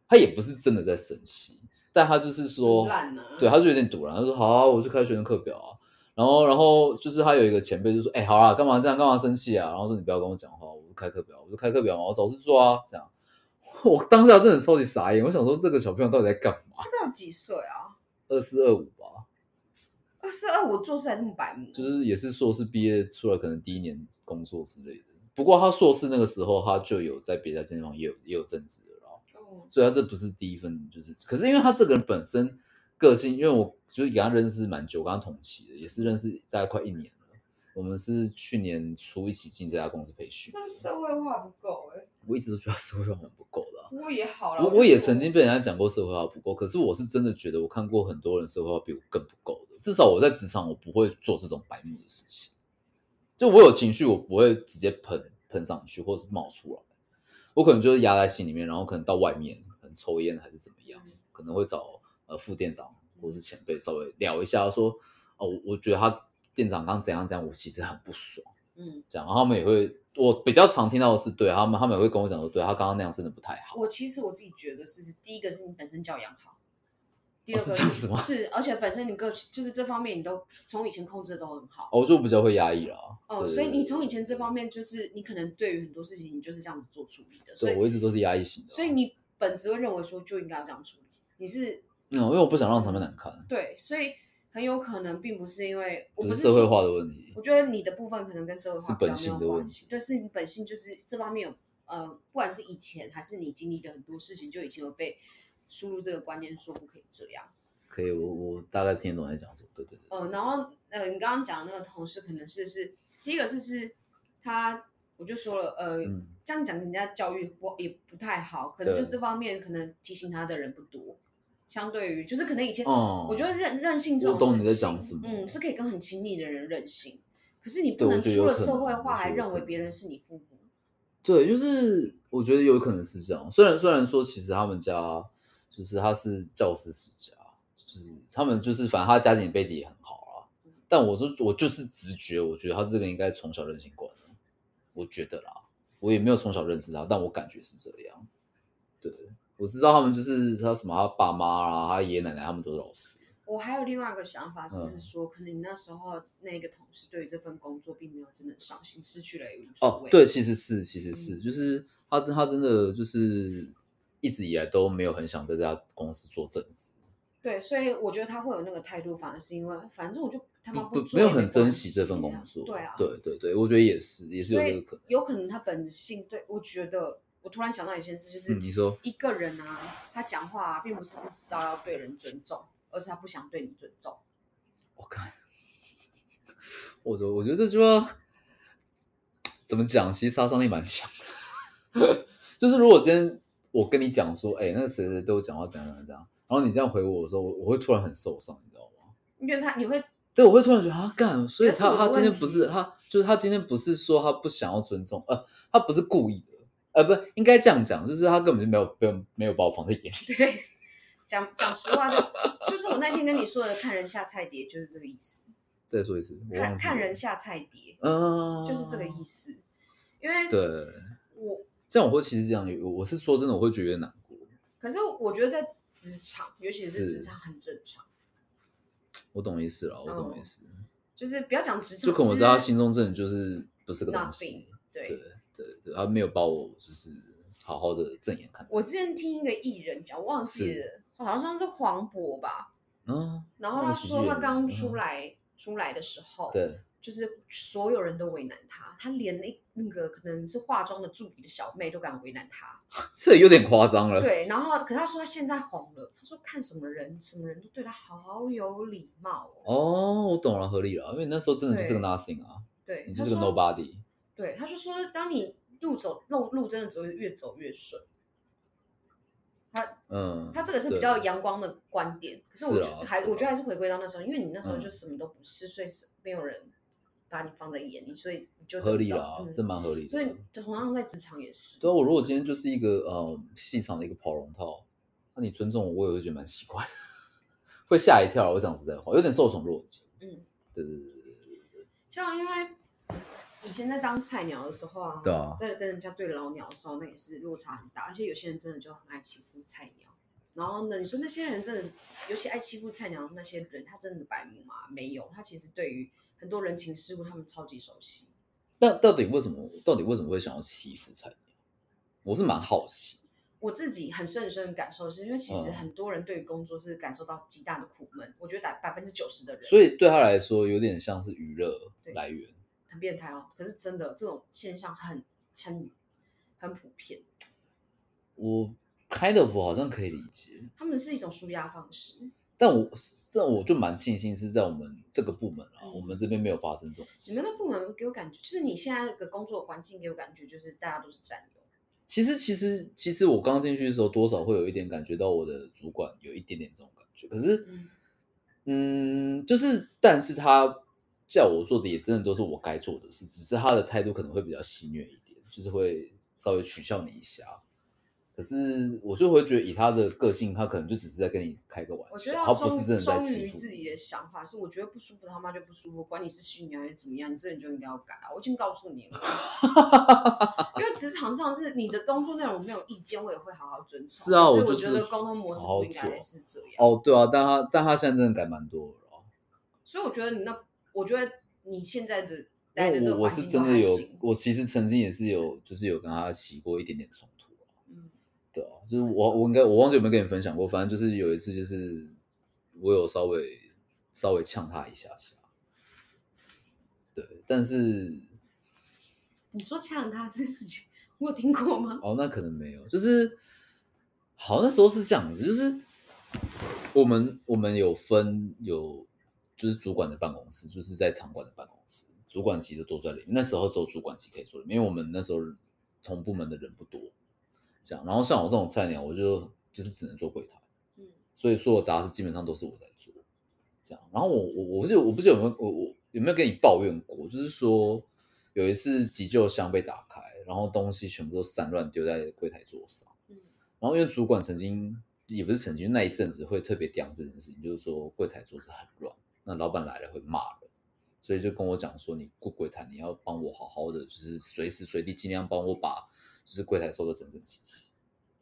B: 他也不是真的在生气，但他就是说，
A: 很烂啊
B: 对，他就有点堵了，他说好、啊，我去开学生课表啊。然后，然后就是他有一个前辈就说：“哎、好啦，干嘛这样？干嘛生气啊？”然后说：“你不要跟我讲话，我就开课表，我就开课表嘛，我找事做啊。”这样， [LAUGHS] 我当下真的超级傻眼，我想说这个小朋友到底在干嘛
A: 他？到底几岁啊？
B: 二四二五吧，
A: 二十二，我做事还这么白目，
B: 就是也是硕士毕业出来，可能第一年工作之类的。不过他硕士那个时候，他就有在别家健身房也有也有正职了啦，
A: 哦，
B: 所以他这不是第一份，就是可是因为他这个人本身个性，因为我就是跟他认识蛮久，跟他同期的，也是认识大概快一年了。我们是去年初一起进这家公司培训，
A: 但是社会化不够哎、
B: 我一直都觉得社会化很不够的啊、
A: 不过也好了。
B: 我
A: 就
B: 我也
A: 说
B: 曾经被人家讲过社会化不够，可是我是真的觉得我看过很多人社会化比我更不够的。至少我在职场，我不会做这种白目的事情。就我有情绪，我不会直接喷喷上去，
A: 嗯
B: 或者是冒出来，我可能就是压在心里面，然后可能到外面，可能抽烟还是怎么样，可能会找呃副店长或是前辈稍微聊一下说，哦，我我觉得他店长刚怎样怎样，我其实很不爽。
A: 嗯，
B: 这样，然后他们也会，我比较常听到的是，对他们，他们也会跟我讲说，对他刚刚那样真的不太好。
A: 我其实我自己觉得是，是第一个是你本身教养好，第二
B: 哦
A: 个、
B: 是这样子吗
A: 是而且本身你个就是这方面你都从以前控制的都很好。
B: 哦，我就比较会压抑啦。
A: 哦，
B: 对
A: 所以你
B: 对
A: 从以前这方面就是你可能对于很多事情你就是这样子做处理的，所
B: 对
A: 以
B: 我一直都是压抑型的啊。
A: 所以你本质会认为说就应该要这样处理，你是
B: 嗯，因为我不想让他们难堪，
A: 对，所以很有可能并不是因为我
B: 就
A: 不
B: 是
A: 是
B: 社会
A: 说
B: 化的问题
A: 我觉得你的部分可能跟社会
B: 是
A: 化比较
B: 本
A: 没
B: 性
A: 有
B: 的问
A: 关系，对，是你本性就是这方面有呃，不管是以前还是你经历的很多事情，就已经有被输入这个观念，说不可以这样。
B: 可以，我我大概听得懂你在讲什么。对对对，
A: 呃，然后呃，你刚刚讲的那个同事，可能是是第一个是是他，我就说了，呃，
B: 嗯
A: 这样讲人家教育不也不太好，可能
B: 对
A: 就这方面可能提醒他的人不多，相对于就是可能以前，
B: 哦
A: 我觉得任任性这
B: 我
A: 种
B: 懂
A: 事
B: 你在
A: 情
B: 讲什么
A: 嗯，是可以跟很亲密的人任性，可是你不
B: 对我
A: 能
B: 觉得
A: 出
B: 有
A: 了
B: 可
A: 社
B: 能
A: 会
B: 我
A: 化
B: 觉
A: 还
B: 得有
A: 认
B: 可
A: 为
B: 能
A: 别人是你父母，
B: 对，就是我觉得有可能是这样。虽然虽然说，其实他们家就是他是教师世家，就是他们就是反正他家庭背景也很好
A: 嗯
B: 啦。但我说我就是直觉，我觉得他这个应该从小任性惯了，我觉得啦，我也没有从小认识他，但我感觉是这样。对，我知道他们就是他什么他爸妈啊，他爷爷奶奶他们都是老师。
A: 我还有另外一个想法，是是
B: 嗯
A: 说，可能你那时候那个同事对于这份工作并没有真的上心，失去了也无所
B: 哦
A: 谓。，
B: 对，其实是，其实是，
A: 嗯
B: 就是他真他真的就是一直以来都没有很想在这家公司做正职，
A: 对，所以我觉得他会有那个态度，反而是因为反正我就他妈
B: 不
A: 做
B: 没有
A: 也
B: 很
A: 关
B: 珍惜这
A: 系
B: 份
A: 啊
B: 工作。
A: 对啊，
B: 对对对我觉得也是，也是有
A: 所
B: 这个
A: 以
B: 可能。
A: 有可能他本性对我觉得，我突然想到一件事，就是
B: 嗯，你说，
A: 一个人啊，他讲话啊，并不是不知道要对人尊重，而是他不想对你尊重。
B: 我看，我觉得我觉得这句话怎么讲，其实杀伤力蛮强的。 [LAUGHS] 就是如果今天我跟你讲说，哎、那个谁谁对我讲话怎样怎样怎样，然后你这样回我的时候，我我会突然很受伤，你知道吗？
A: 因为他你会
B: 对，我会突然觉得他干，所以
A: 那是我的
B: 他他今天
A: 问
B: 不是他，就是他今天不是说他不想要尊重，呃，他不是故意的，呃，不应该这样讲，就是他根本就没有没有没有把我放在眼里。
A: 对讲讲实话就就是我那天跟你说的，看人下菜碟就是这个意思，
B: 再说一次，我
A: 看
B: 忘记
A: 看
B: 了
A: 人，下菜碟
B: 嗯，
A: 就是这个意思。因为
B: 对，
A: 我
B: 这样我会其实这样，我我是说真的，我会觉得有点难过。
A: 可是我觉得在职场，尤其是
B: 是
A: 职场很正常，
B: 我懂意思了，我懂意
A: 哦
B: 思，
A: 就是不要讲职场，
B: 就可能我知道他心中真的就是不是个东
A: nothing
B: 西，。
A: 对，
B: 对对对，他没有把我就是好好的正眼看待。
A: 我之前听一个艺人讲，我忘记了，好像是黄渤吧，
B: 嗯，
A: 然后
B: 那
A: 他
B: 个喜剧
A: 说
B: 演
A: 他
B: 员
A: 刚
B: 嗯
A: 出来、出来的时候，
B: 对，
A: 就是所有人都为难他，他连那那个可能是化妆的助理的小妹都敢为难他，
B: 这有点夸 [LAUGHS] 张了。
A: 对，然后可是他说他现在红了，他说看什么人什么人都对他好有礼貌哦，
B: 哦，我懂了，合理了，因为你那时候真的就是个
A: 对
B: nothing 啊，
A: 对，
B: 你
A: 他
B: 就是个
A: 说
B: nobody。
A: 对，他就说，当你路走路路真的只会越走越顺。
B: 嗯，
A: 他这个是比
B: 对
A: 较阳光的观点，可是我
B: 是
A: 觉
B: 啊
A: 还
B: 是
A: 我觉得
B: 啊
A: 还是回归到那时候，因为你那时候
B: 嗯
A: 就什么都不是，所以是没有人把你放在眼里，所以你就得
B: 合
A: 不
B: 理
A: 到
B: 啦，这
A: 嗯，
B: 蛮合理的。
A: 所以同样在职场也是。
B: 对啊，我如果今天就是一个呃细长的一个跑龙套，那你尊重我，我也会觉得蛮奇怪，会吓一跳。我讲实在话，有点受宠若惊。
A: 嗯，
B: 对对对对对
A: 像因为以前在当菜鸟的时候啊，
B: 对啊，
A: 在跟人家对老鸟的时候，那也是落差很大，而且有些人真的就很爱欺负菜鸟。然后呢，你说那些人真的，尤其爱欺负菜鸟的那些人，他真的白目吗？没有，他其实对于很多人情世故，他们超级熟悉。
B: 但到底为什么？到底为什么会想要欺负菜鸟？我是蛮好奇。
A: 我自己很深很深的感受是，因为其实
B: 嗯
A: 很多人对于工作是感受到极大的苦闷，我觉得百百分之九十的人，
B: 所以对他来说，有点像是娱乐
A: 对
B: 来源。
A: 很变态哦。可是真的这种现象很很很普遍，
B: 我开的服好像可以理解，
A: 他们是一种舒压方式。
B: 但我但我就蛮庆幸是在我们这个部门啊，
A: 嗯
B: 我们这边没有发生这种
A: 你
B: 事。
A: 们的部门给我感觉，就是你现在的工作环境给我感觉就是大家都是战友，
B: 其实其实其实我刚进去的时候，多少会有一点感觉到我的主管有一点点这种感觉。可是
A: 嗯，
B: 嗯，就是但是他叫我做的也真的都是我该做的事，只是他的态度可能会比较戏谑一点，就是会稍微取笑你一下。可是我就会觉得，以他的个性，他可能就只是在跟你开个玩
A: 我觉得
B: 笑，
A: 要
B: 他不
A: 忠
B: 是真的在
A: 忠
B: 欺
A: 于
B: 负
A: 自己
B: 你。
A: 的想法，是我觉得不舒服他妈就不舒服，管你是虚拟还是怎么样，你这人就应该要改啊。我已经告诉你
B: [LAUGHS]
A: 了，因为职场上是你的工作内容我没有意见，我也会好好遵从。
B: 是啊
A: 可
B: 我
A: 是我
B: 就
A: 觉
B: 是
A: 得沟通模式
B: 好好
A: 不应该
B: 做
A: 是这样。
B: 哦，对啊，但他但他现在真的改蛮多了哦。
A: 所以我觉得你那，我觉得你现在的
B: 因
A: 待的这个
B: 为我我
A: 环
B: 是
A: 境都
B: 真的
A: 还
B: 有
A: 行，。
B: 我其实曾经也是有，就是有跟他起过一点点冲突。
A: 嗯
B: 对啊，就是我我应该我忘记有没有跟你分享过，反正就是有一次就是我有稍微稍微呛他一下下，对，但是
A: 你说呛他这件事情， [LAUGHS] 我有听过吗？
B: 哦那可能没有，就是好那时候是这样子，就是我们我们有分有就是主管的办公室，就是在场馆的办公室，主管级的都在里面，那时候只有主管级可以坐里面，因为我们那时候同部门的人不多，这样，然后像我这种菜鸟，我就就是只能坐柜台。
A: 嗯，
B: 所以所有杂事基本上都是我在做，这样。然后我我我不记得我不记得有没有我我有没有跟你抱怨过，就是说有一次急救箱被打开，然后东西全部都散乱丢在柜台桌上，
A: 嗯
B: 然后因为主管曾经也不是曾经那一阵子会特别讲这件事情，就是说柜台桌子很乱，那老板来了会骂人。所以就跟我讲说，你过柜台，你要帮我好好的，就是随时随地尽量帮我把就是柜台收的整整齐齐，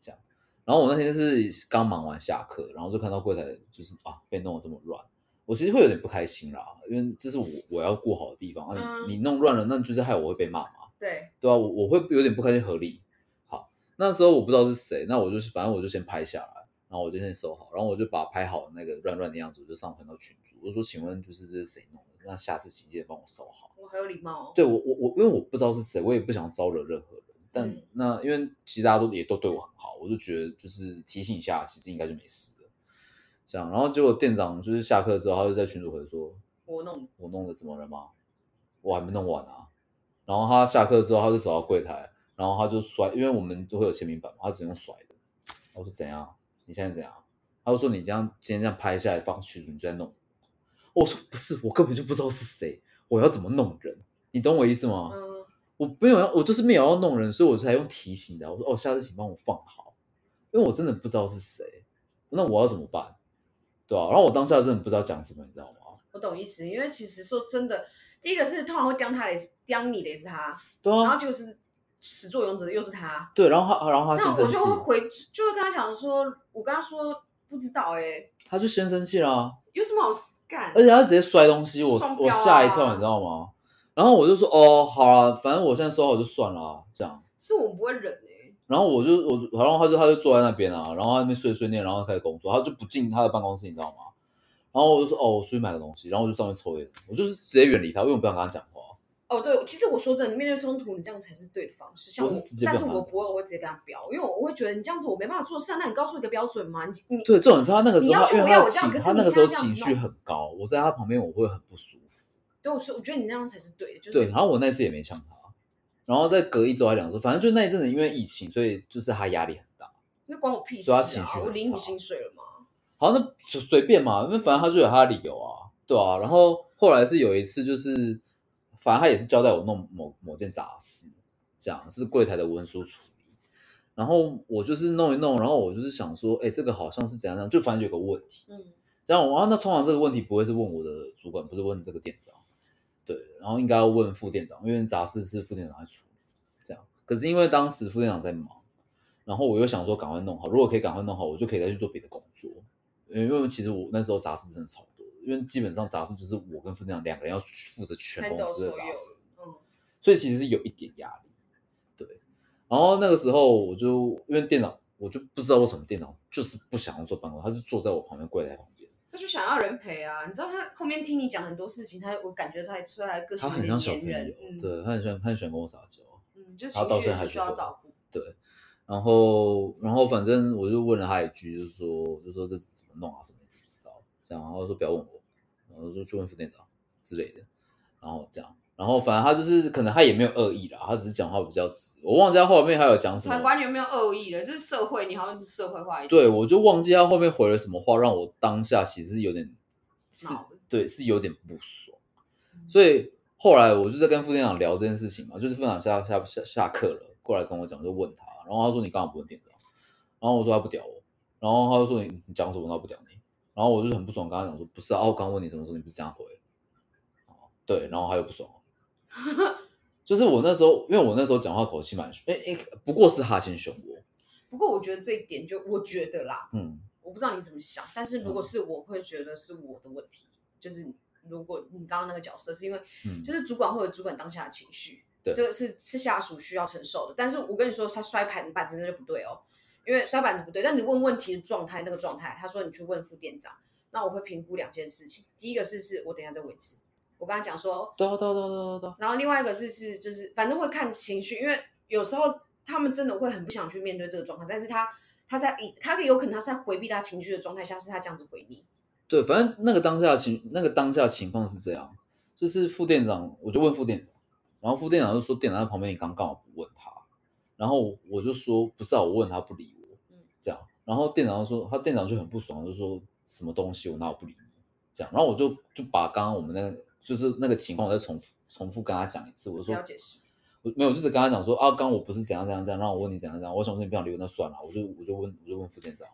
B: 这样。然后我那天是刚忙完下课，然后就看到柜台就是啊被弄得这么乱，我其实会有点不开心啦，因为这是我我要顾好的地方啊
A: 嗯
B: 你，你弄乱了，那就是害我会被骂嘛，
A: 对，
B: 对吧、啊？我我会有点不开心，合理。好，那时候我不知道是谁，那我就是反正我就先拍下来，然后我就先收好，然后我就把拍好的那个乱乱的样子，我就上传到群组，我就说请问就是这是谁弄的？那下次请记得帮我收好。
A: 我很有礼貌哦。
B: 对我我我，因为我不知道是谁，我也不想招惹任何人。但、
A: 嗯
B: 那因为其实大家都也都对我很好，我就觉得就是提醒一下，其实应该就没事了。这样，然后结果店长就是下课之后，他就在群组回说
A: 我弄：“
B: 我弄的怎么了吗？我还没弄完啊。”然后他下课之后，他就走到柜台，然后他就摔，因为我们都会有签名板嘛，他只用甩的。然后我说：“怎样？你现在怎样？”他就说：“你这样今天这样拍下来放群组，你就在弄。”我说：“不是，我根本就不知道是谁，我要怎么弄人？你懂我意思吗？”
A: 嗯，
B: 我没有要，我就是没有要弄人，所以我才用提醒的。我说哦，下次请帮我放好，因为我真的不知道是谁，那我要怎么办？对啊，然后我当下真的不知道讲什么，你知道吗？
A: 我懂意思，因为其实说真的，第一个是通常会刁他的也是刁你的也是他，
B: 对
A: 然后
B: 啊，
A: 就是始作俑者又是他，
B: 对，然后他，然后他
A: 那
B: 哦先
A: 我
B: 生
A: 就会
B: 气，
A: 回，就会跟他讲说，我跟他说不知道哎、
B: 他就先生气啦、
A: 有什么好干？
B: 而且他直接摔东西，
A: 就
B: 我、
A: 双
B: 我
A: 标啊
B: 吓一跳，你知道吗？然后我就说哦，好啊，反正我现在收好就算了啊、这样。
A: 是我不会忍哎、
B: 然后我就我就，然后他就他就坐在那边啊，然后他在那边碎碎念，然后开始工作，他就不进他的办公室，你知道吗？然后我就说哦，我出去买个东西，然后我就上去抽烟，我就是直接远离他，因为我不想跟他讲话。
A: 哦，对，其实我说真的，面对冲突，你这样才是对的方式。像
B: 我
A: 我，
B: 是直接
A: 但
B: 跟
A: 是
B: 他
A: 我
B: 讲
A: 不会，我会直接跟他表，因为我会觉得你这样子我没办法做事啊。那你告诉我一个标准嘛，你你
B: 对，这种是他那个时
A: 你
B: 候
A: 要求
B: 他，因为
A: 我要
B: 他
A: 我这样
B: 情
A: 可是
B: 他
A: 你
B: 那个时候
A: 现在这
B: 情
A: 样子
B: 绪很高，我在他旁边我会很不舒服。
A: 对我说，我觉得你那样才是对的，就是
B: 对，然后我那次也没呛他，然后再隔一周还两周，反正就那一阵子因为疫情，所以就是他压力很大。
A: 那关我屁事
B: 对他
A: 啊！
B: 情绪
A: 我
B: 很
A: 领
B: 差
A: 你薪水了嘛，
B: 好，那随随便嘛，因为反正他就有他的理由啊，对啊。然后后来是有一次，就是反正他也是交代我弄某某件杂事，这样是柜台的文书处理。然后我就是弄一弄，然后我就是想说，哎，这个好像是怎样怎样，就反正有个问题。
A: 嗯，
B: 这样我啊，那通常这个问题不会是问我的主管，不是问这个店长，对，然后应该要问副店长，因为杂事是副店长在处理，这样。可是因为当时副店长在忙，然后我又想说赶快弄好，如果可以赶快弄好，我就可以再去做别的工作，因为其实我那时候杂事真的超多，因为基本上杂事就是我跟副店长两个人要负责全
A: 看
B: 公
A: 到
B: 司
A: 所
B: 的
A: 有
B: 杂
A: 了
B: 事，，
A: 嗯，
B: 所以其实是有一点压力，对。然后那个时候我就因为店长，我就不知道为什么店长就是不想要坐办公室，他是坐在我旁边柜台旁边。
A: 他就想要人陪啊。你知道他后面听你讲很多事情，他我感觉他出来个性
B: 他
A: 有
B: 很
A: 点
B: 像小
A: 黏
B: 朋友
A: 人，，嗯，
B: 对他很喜欢，他很喜欢跟我撒娇。
A: 嗯，就是
B: 他
A: 情
B: 到
A: 绪
B: 现在
A: 也
B: 还
A: 是
B: 是
A: 需要
B: 会
A: 照顾。
B: 然后，然后反正我就问了他一句，就是说，就说这怎么弄啊，什么你知不知道？这样，然后他说不要问我，然后我就去问副店长之类的，然后这样，然后反正他就是可能他也没有恶意啦，他只是讲话比较直，我忘记他后面还有讲什么
A: 才，管你有没有恶意的，这是社会，你好像是社会化一点。
B: 对我就忘记他后面回了什么话，让我当下其实有点是
A: 恼的，
B: 对，是有点不爽。所以后来我就在跟副店长聊这件事情嘛，就是副店长下下下下课了，过来跟我讲，就问他，然后他说你干嘛不问店长？然后我说他不屌我，然后他就说你你讲什么他不屌你，然后我就很不爽，跟他讲说不是啊，我刚问你什么时候你不是这样回的，哦对，然后他又不爽，就是我那时候因为我那时候讲话口气蛮凶，哎哎，不过是他先凶我，
A: 不过我觉得这一点就我觉得啦，
B: 嗯，
A: 我不知道你怎么想，但是如果是我会觉得是我的问题，就是如果你刚刚那个角色是因为，
B: 嗯
A: 就是主管会有主管当下的情绪，
B: 对
A: 这个是是下属需要承受的。但是我跟你说，他摔板板子那就不对哦，因为摔板子不对。但你问问题的状态那个状态，他说你去问副店长，那我会评估两件事情，第一个是是我等一下再维持，我跟他讲说
B: 对啊对啊对啊对啊对啊，
A: 然后另外一个是是就是反正会看情绪，因为有时候他们真的会很不想去面对这个状况，但是他他在以他有可能他是在回避他情绪的状态下，是他这样子回你。
B: 对，反正那个当下情那个当下情况是这样，就是副店长，我就问副店长，然后副店长就说店长在旁边，你刚干嘛不问他？然后我就说不是啊，我问他不理我
A: 嗯，
B: 这样。然后店长就说他店长就很不爽，就说什么东西我哪有不理你这样。然后我就就把刚刚我们那个就是那个情况我再重复重复跟他讲一次，我
A: 不
B: 说
A: 要解释，
B: 我没有，就是跟他讲说啊，刚刚我不是怎样怎样怎样，让我问你怎样怎样，我想说你不想理我，那算了，我就我就问我就问副店长，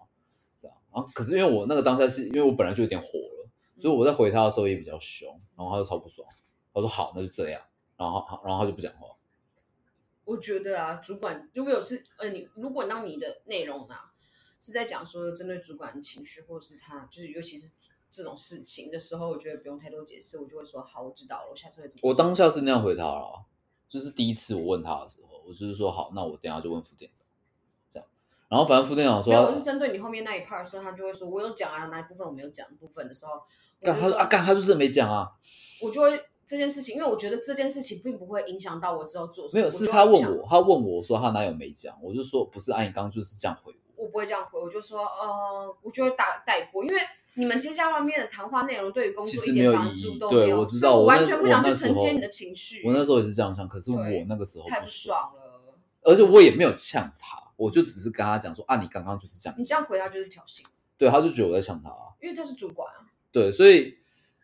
B: 这样啊。可是因为我那个当下是因为我本来就有点火了，所以我在回他的时候也比较凶，然后他就超不爽，他说好，那就这样，然后好，然后他就不讲话，
A: 我觉得啊，主管如果有是呃你如果当你的内容啊是在讲说针对主管的情绪，或是他就是尤其是这种事情的时候，我觉得不用太多解释，我就会说好，我知道了，我下次会怎么做。
B: 我当下是那样回他了，就是第一次我问他的时候，我就是说好，那我等一下就问副店长，这样，然后反正副店长说
A: 没有，我是
B: 他，
A: 针对你后面那一 part 的时候，他就会说我有讲啊哪一部分我没有讲的部分的时候，我
B: 干
A: 就
B: 他说
A: 说
B: 啊干他就是没讲啊，
A: 我就会这件事情，因为我觉得这件事情并不会影响到我之后做事。
B: 没有
A: 我就是会
B: 他
A: 想
B: 问我，，他问我说他哪有没讲，我就说不是，啊，你刚刚就是这样回我。
A: 我不会这样回，我就说呃，我就会打带过，因为你们接下来面的谈话内容对于工
B: 其
A: 作
B: 实
A: 一
B: 没有
A: 点
B: 意
A: 帮
B: 义
A: 助都
B: 对
A: 没有，
B: 我知
A: 所以
B: 道我
A: 完
B: 那
A: 全
B: 时
A: 不
B: 我
A: 想
B: 那
A: 去
B: 时
A: 承接
B: 候
A: 你的情绪，
B: 我那时候也是这样想，可是我
A: 对
B: 那个时候
A: 太不爽了。
B: 而且我也没有呛他，我就只是跟他讲说啊，你刚刚就是这样
A: 你
B: 讲，
A: 这样回答就是挑衅，
B: 对，他就觉得我在呛他啊，
A: 因为他是主管啊，
B: 对，所以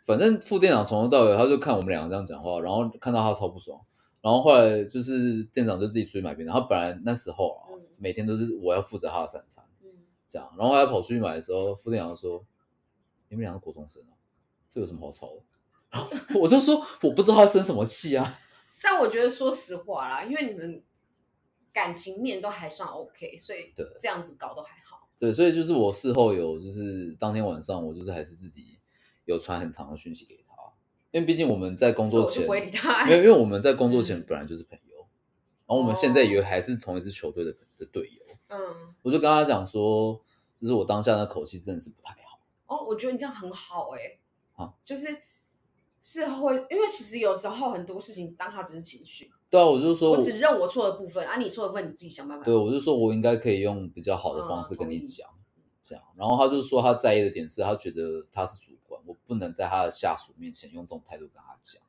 B: 反正副店长从头到尾他就看我们两个这样讲话，然后看到他超不爽，然后后来就是店长就自己出去买便当，他本来那时候啊，
A: 嗯
B: 每天都是我要负责他的三餐
A: 嗯，
B: 这样，然后后来跑出去买的时候，副店长就说你们两个国中生啊，这有什么好吵的？ [LAUGHS] 然后我就说我不知道他生什么气啊。
A: 但我觉得说实话啦，因为你们感情面都还算 OK，所以
B: 对
A: 这样子搞都还好。
B: 对，所以就是我事后有，就是当天晚上我就是还是自己有传很长的讯息给他，因为毕竟我们在工
A: 是
B: 作
A: 我就
B: 前，
A: 不会理他
B: 没有，因为我们在工作前
A: 嗯哦
B: 本来就是朋友，然后我们现在也还是同一支球队的的队友，
A: 嗯。
B: 我就跟他讲说，就是我当下那口气真的是不太好，
A: 哦，我觉得你这样很好哎、
B: 啊
A: 就是是会，因为其实有时候很多事情，当它只是情绪，
B: 对啊，我就说
A: 我只认我错的部分，啊，你错的部分你自己想办法。
B: 对，我就说我应该可以用比较好的方
A: 嗯
B: 式跟你
A: 同意
B: 讲，这样。然后他就说他在意的点是他觉得他是主管，我不能在他的下属面前用这种态度跟他讲。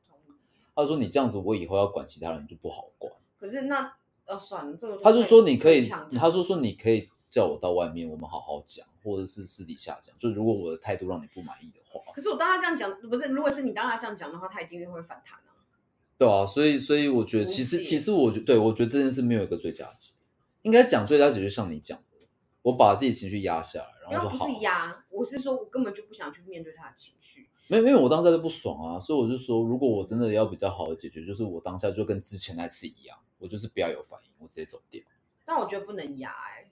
B: 他说你这样子，我以后要管其他人就不好管。
A: 可是那呃，算了，这个
B: 他就说你可以，
A: 抢
B: 他说说你可以叫我到外面，我们好好讲，或者是私底下讲。就如果我的态度让你不满意的话，
A: 可是我当他这样讲，不是，如果是你当他这样讲的话，他一定会反弹啊。
B: 对啊，所以所以我觉得
A: 理
B: 其实
A: 解
B: 其实我觉对我觉得这件事没有一个最佳解，应该讲最佳解就像你讲的，我把自己情绪压下来，然
A: 然
B: 后
A: 后
B: 哦就
A: 不
B: 好
A: 是。压，我是说我根本就不想去面对他的情绪。
B: 没有，因为我当下就不爽啊，所以我就说，如果我真的要比较好的解决，就是我当下就跟之前那次一样，我就是不要有反应，我直接走掉，
A: 但我觉得不能压哎、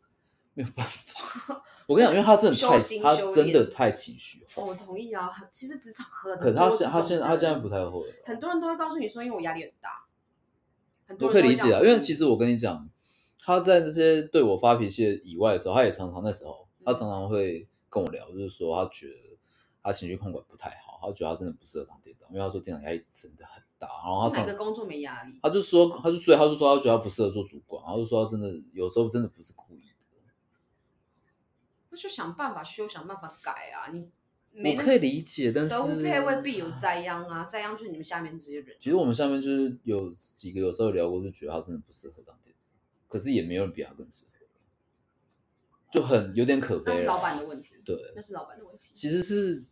B: 没有办法。我跟你讲，因为他真的
A: 修，
B: 太
A: 心
B: 他
A: 修
B: 真的
A: 炼
B: 太情绪
A: 哦
B: 化，
A: 我同意啊，很其实职场很
B: 可是
A: 多
B: 他现
A: 这
B: 他
A: 种
B: 现他现在
A: 人
B: 不太会了。
A: 很多人都会告诉你说，因为我压力很大，很
B: 我
A: 多人
B: 可以
A: 都会
B: 理
A: 这
B: 解啊，
A: 样
B: 因为其实我跟你讲，他在那些对我发脾气以外的时候，他也常常那时候，
A: 嗯
B: 他常常会跟我聊，就是说他觉得他情绪控管不太好，他觉得他真的不适合当店长，因为他说店长压力真的很啊大，然后
A: 是
B: 他
A: 哪
B: 常
A: 个工作没压力？
B: 他就说，他就所以他就说他觉得他不适合做主管，他就说他真的有时候真的不是故意的，
A: 那就想办法修，想办法改啊！你没
B: 我
A: 那
B: 可以理解，但是
A: 德不配位必有灾殃啊！灾殃就是你们下面这些人。
B: 其实我们下面就是有几个有时候聊过，就觉得他真的不适合当店长，可是也没有人比他更适合，就很有点可悲
A: 那
B: 啦。
A: 是老板的问题，
B: 对，
A: 那是老板的问题。
B: 其实啊是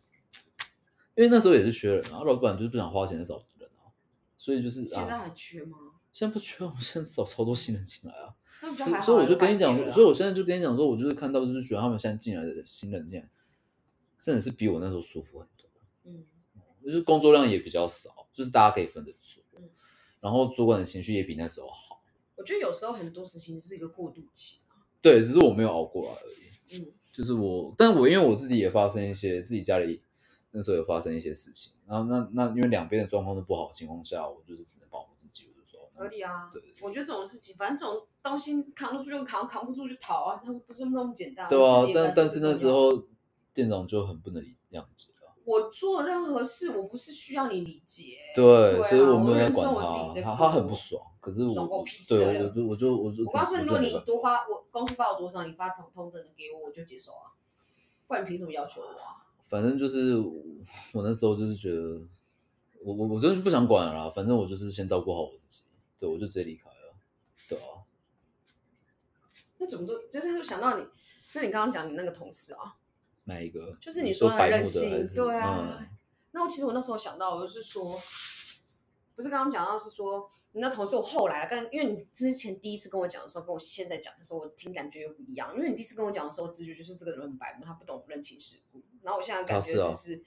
B: 因为那时候也是缺人啊，老板就是不想花钱在找人啊，所以就是
A: 现在
B: 啊，
A: 还缺吗？
B: 现在不缺，我们现在找超多新人进来啊，
A: 那比较还啊
B: 所
A: 好
B: 所以我就跟你讲
A: 缓解，了
B: 所以我现在就跟你讲说，我就是看到就是觉得他们现在进来的新人进来，真的是比我那时候舒服很多，
A: 嗯
B: 就是工作量也比较少，就是大家可以分着做
A: 嗯，
B: 然后主管的情绪也比那时候好，
A: 我觉得有时候很多事情就是一个过渡期。啊
B: 对，只是我没有熬过来而已。
A: 嗯
B: 就是我，但我因为我自己也发生一些自己家里那时候有发生一些事情，然后那那因为两边的状况都不好的情况下，我就是只能保护自己，我就说
A: 合理啊
B: 嗯对，
A: 我觉得这种事情，反正这种东西扛得住就扛，扛不住就逃啊，它不是那么简单。
B: 对啊
A: 自己，也
B: 但但
A: 担
B: 是
A: 心
B: 那
A: 这
B: 时
A: 种
B: 候店长就很不能谅解了，
A: 我做任何事，我不是需要你理解。
B: 对，
A: 啊
B: 所以我没有在
A: 人
B: 管
A: 生我自己
B: 他，
A: 在
B: 他
A: 过
B: 他很不爽，可是
A: 爽过
B: 我
A: 屁事
B: 对，
A: 啊
B: 我就我就我就
A: 我告诉你，
B: 我
A: 如
B: 真
A: 果
B: 的没
A: 你
B: 办法
A: 多花我公司发我多少，你发同同等的给我，我就接受啊，不然你凭什么要求我啊？
B: 反正就是我我那时候就是觉得，我我我真的不想管了啦，反正我就是先照顾好我自己，对我就直接离开了，对啊，
A: 那怎么都就是想到你，那你刚刚讲你那个同事啊，
B: 那一个
A: 就是
B: 你
A: 你说
B: 白
A: 的
B: 目
A: 任
B: 的还
A: 性，
B: 是
A: 对啊。
B: 嗯
A: 那我其实我那时候想到，我就是说，不是刚刚讲到是说，你那同事我后来啊跟，因为你之前第一次跟我讲的时候，跟我现在讲的时候，我听感觉又不一样。因为你第一次跟我讲的时候，直觉就是这个人很白目，他不懂人情世故。然后我现在感觉
B: 啊是哦
A: 是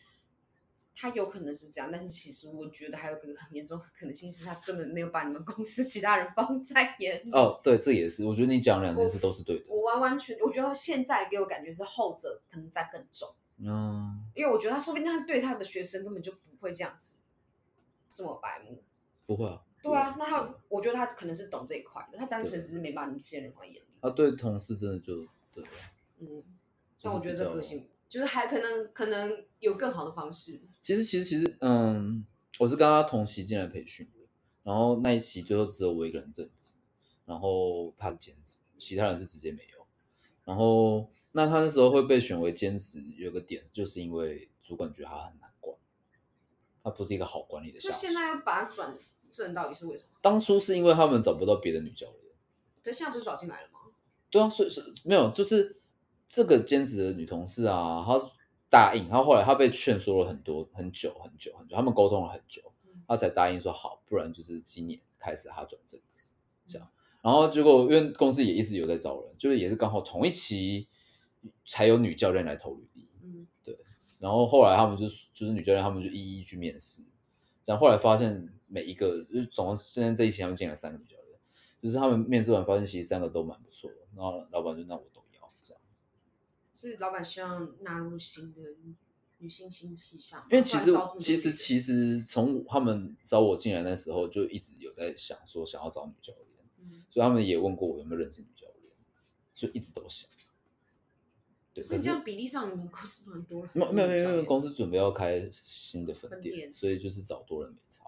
A: 他有可能是这样，但是其实我觉得还有个很严重的可能性是他根本没有把你们公司其他人放在眼里。
B: 哦，对，这也是，我觉得你讲两件事都是对的。
A: 我完完全，我觉得他现在给我感觉是后者可能在更重。
B: 嗯，
A: 因为我觉得他说不定他对他的学生根本就不会这样子这么白目。
B: 不会啊。
A: 对啊，那他我觉得他可能是懂这一块的，他单
B: 对
A: 纯只是没把你们这些人放在眼里。
B: 他啊对同事真的就对，啊
A: 嗯，
B: 就
A: 但
B: 是
A: 我觉得
B: 比
A: 这
B: 较
A: 个性就是还可能可能有更好的方式。
B: 其实其实其实，嗯，我是跟他同期进来培训的，然后那一期最后只有我一个人正职，然后他是兼职，其他人是直接没有。然后那他那时候会被选为兼职，有个点就是因为主管觉得他很难管，他不是一个好管理的下
A: 就
B: 属。
A: 现在要把它转正到底是为什么？
B: 当初是因为他们找不到别的女教练。
A: 可是现在不是找进来了吗？
B: 对啊，所以所以没有，就是这个兼职的女同事啊，她答应，她后来她被劝说了很多很久很久很久，他们沟通了很久
A: 嗯，
B: 她才答应说好，不然就是今年开始她转正职这样。然后结果因为公司也一直有在招人，就是也是刚好同一期才有女教练来投履历，
A: 嗯，
B: 然后后来他们就就是女教练，他们就一一去面试，然后后来发现每一个就是总共现在这一期他们进来三个女教练，就是他们面试完发现其实三个都蛮不错的，然后老板就那我都要这样，
A: 是老板希望纳入新的女性新气象吗，
B: 因为其实
A: 不然招这么多
B: 其实
A: 女的
B: 其实从他们招我进来那时候就一直有在想说想要找女教练，
A: 嗯
B: 所以他们也问过我有没有认识女教练，就一直都想，对，
A: 所
B: 可
A: 以
B: 是
A: 这样比例上，你们公司蛮多了。
B: 没有没有没有，因为
A: 公，
B: 公司准备要开新的分
A: 分
B: 店，
A: 店
B: 所以就是找多人没差。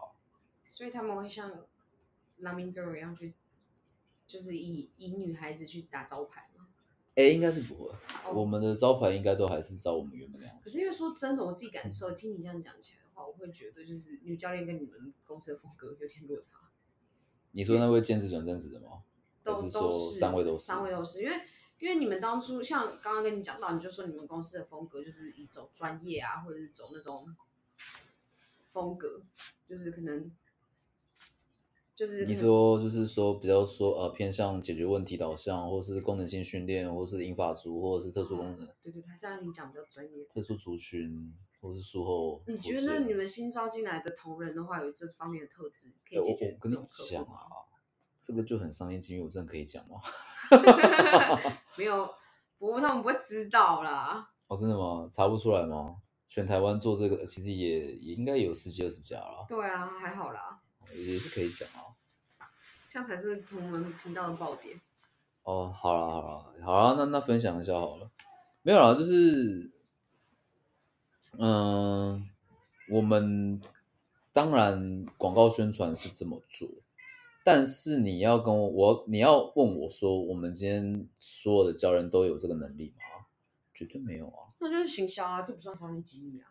A: 所以他们会像 l a m i n Girl 一样去，就是以以女孩子去打招牌吗？哦
B: 哎，应该是不会。我们的招牌应该都还是照我们原本那样。
A: 可是因为说真的，我自己感受，听你这样讲起来的话，我会觉得就是女教练跟你们公司的风格有点落差，
B: 你说那位兼职转正职的吗？还
A: 都
B: 是
A: 都
B: 说
A: 是
B: 三位都是？
A: 三位都是，因为因为你们当初像刚刚跟你讲到，你就说你们公司的风格就是以走专业啊，或者是走那种风格，就是可能就是可
B: 你
A: 能
B: 说就是说比较说呃偏向解决问题导向，或是功能性训练，或是英法族，或者是特殊功能、
A: 对对，还是让你讲比较专业的。
B: 特殊族群，或是术后复健。
A: 你觉得你们新招进来的同仁的话，有这方面的特质可以
B: 对
A: 解
B: 我
A: 决
B: 我
A: 这
B: 跟你
A: 种客
B: 讲
A: 户吗？
B: 啊，这个就很商业机密，我真的可以讲吗？
A: 没有，不过他们不会知道啦。
B: 哦，真的吗？查不出来吗？全台湾做这个其实也也应该有十几二十家啦，
A: 对啊，还好啦，
B: 也是可以讲啊。
A: 这样才是从我们频道的爆点。
B: 哦，好啦好啦好啊啦，那那分享一下好了，没有啦，就是，嗯、我们当然广告宣传是这么做，但是你要跟我，我你要问我说，我们今天所有的教人都有这个能力吗？绝对没有啊。
A: 那就是行销啊，这不算商业机密啊。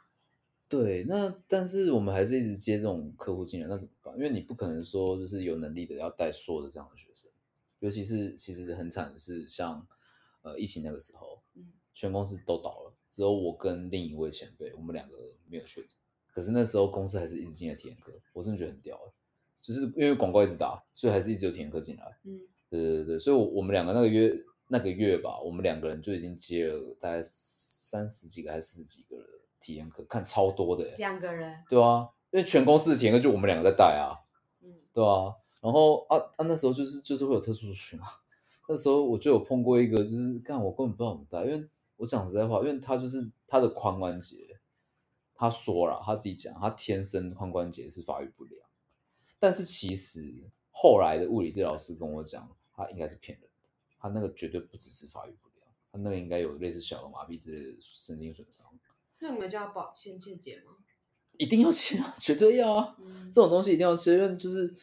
B: 对，那但是我们还是一直接这种客户进来，那怎么办？因为你不可能说就是有能力的要带所有的这样的学生，尤其是其实很惨的是像呃疫情那个时候，
A: 嗯
B: 全公司都倒了，只有我跟另一位前辈，我们两个没有确诊。可是那时候公司还是一直进来体验课，我真的觉得很屌欸就是因为广告一直打，所以还是一直有体验课进来。
A: 嗯，
B: 对对对，所以我我们两个那个月那个月吧，我们两个人就已经接了大概三十几个还是四十几个体验课，看超多的欸。
A: 两个人，
B: 对啊，因为全公司的体验课就我们两个在带啊，
A: 嗯，
B: 对啊。然后啊啊，那时候就是就是会有特殊族群啊。那时候我就有碰过一个，就是干我根本不知道怎么带，因为我讲实在话，因为他就是他的髋关节，他说了他自己讲，他天生髋关节是发育不良，但是其实后来的物理治疗师跟我讲，他应该是骗人的，他那个绝对不只是发育不良，他那个应该有类似小儿麻痹之类的神经损伤，
A: 那你们叫保签切结吗？
B: 一定要签啊，绝对要啊。
A: 嗯，
B: 这种东西一定要签，因为就是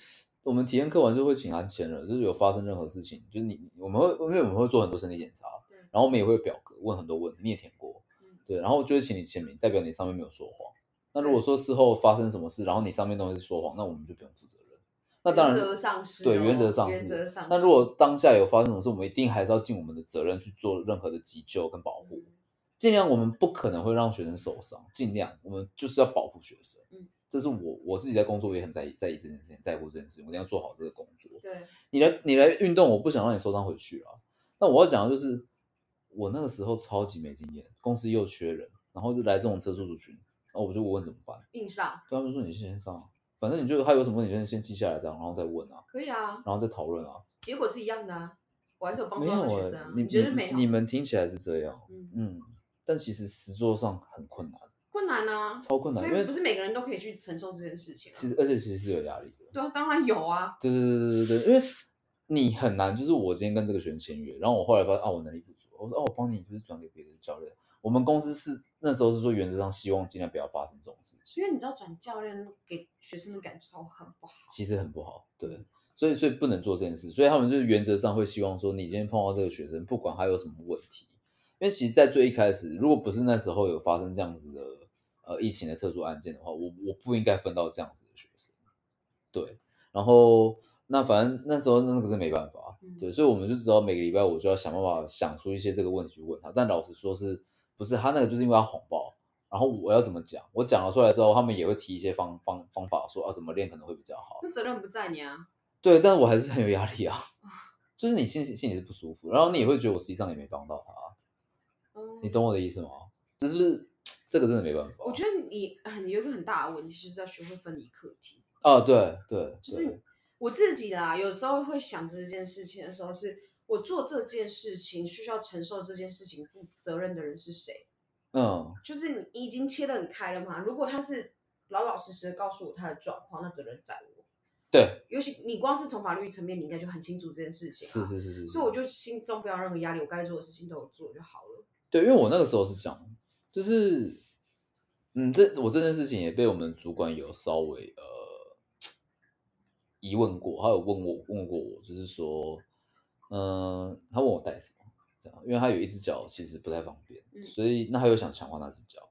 B: 我们体验课完就会请他签了，就是有发生任何事情，就是你我们会因为我们会做很多身体检查
A: 对，
B: 然后我们也会有表格问很多问题，你也填过
A: 嗯，
B: 对，然后就会请你签名，代表你上面没有说谎。那如果说事后发生什么事，然后你上面东西是说谎，那我们就不用负责任。那当然，
A: 原则上是
B: 对
A: 哦
B: 原则上是。
A: 原则上是
B: 那如果当下有发生什么事，我们一定还是要尽我们的责任去做任何的急救跟保护。
A: 嗯
B: 尽量我们不可能会让学生受伤，尽量我们就是要保护学生。
A: 嗯，
B: 这是我我自己在工作也很在意在意这件事情，在乎这件事情，我一定要做好这个工作。
A: 对，
B: 你来你来运动，我不想让你受伤回去啊。那我要讲的就是，我那个时候超级没经验，公司又缺人，然后就来这种特殊族群，然后我就问怎么办，
A: 硬上
B: 对他们说你先上啊，反正你就他有什么问题先先记下来，这样然后再问啊，
A: 可以啊，
B: 然后再讨论啊。
A: 结果是一样的啊，我还是有帮
B: 没
A: 助
B: 有
A: 到学
B: 欸
A: 生啊，
B: 你
A: 觉得
B: 你
A: 没有？
B: 你们听起来是这样，
A: 嗯，
B: 嗯，但其实实作上很困难。
A: 困难啊，
B: 超困难，因
A: 所以
B: 为
A: 不是每个人都可以去承受这件事情、啊。
B: 其实而且其实是有压力的。
A: 对啊，当然有啊，
B: 对对对对对对，因为你很难，就是我今天跟这个学生签约，然后我后来发现啊，我能力不足，我说哦，我帮你就是转给别的教练。我们公司是那时候是说原则上希望尽量不要发生这种事情，
A: 因为你知道转教练给学生的感受很不好。
B: 其实很不好，对，所以所以不能做这件事，所以他们就是原则上会希望说，你今天碰到这个学生，不管他有什么问题，因为其实，在最一开始，如果不是那时候有发生这样子的呃疫情的特殊案件的话，我我不应该分到这样子的学生。对，然后那反正那时候那个是没办法，
A: 嗯
B: 对，所以我们就知道每个礼拜我就要想办法想出一些这个问题去问他。但老实说是，不是他那个就是因为他谎报，然后我要怎么讲，我讲了出来之后，他们也会提一些方方方法说啊怎么练可能会比较好。
A: 那责任不在你啊，
B: 对，但我还是很有压力啊， [LAUGHS] 就是你心心里是不舒服，然后你也会觉得我实际上也没帮到他，啊
A: 嗯
B: 你懂我的意思吗？就是这个真的没办法。
A: 我觉得你很有一个很大的问题，就是要学会分离课题。
B: 啊，对对，
A: 就是
B: 对
A: 我自己啦，有时候会想这件事情的时候是，我做这件事情需要承受这件事情负责任的人是谁？
B: 嗯，
A: 就是你已经切得很开了嘛。如果他是老老实实的告诉我他的状况，那责任在我。
B: 对，
A: 尤其你光是从法律层面，你应该就很清楚这件事情、啊。
B: 是是是是，
A: 所以我
B: 是
A: 就心中不要任何压力，我该做的事情都有做就好了。
B: 对，因为我那个时候是这样，就是，嗯，这我这件事情也被我们主管有稍微呃疑问过，他有问我问过我，就是说，嗯、他问我带什么，这样，因为他有一只脚其实不太方便，
A: 嗯
B: 所以那他又想强化那只脚，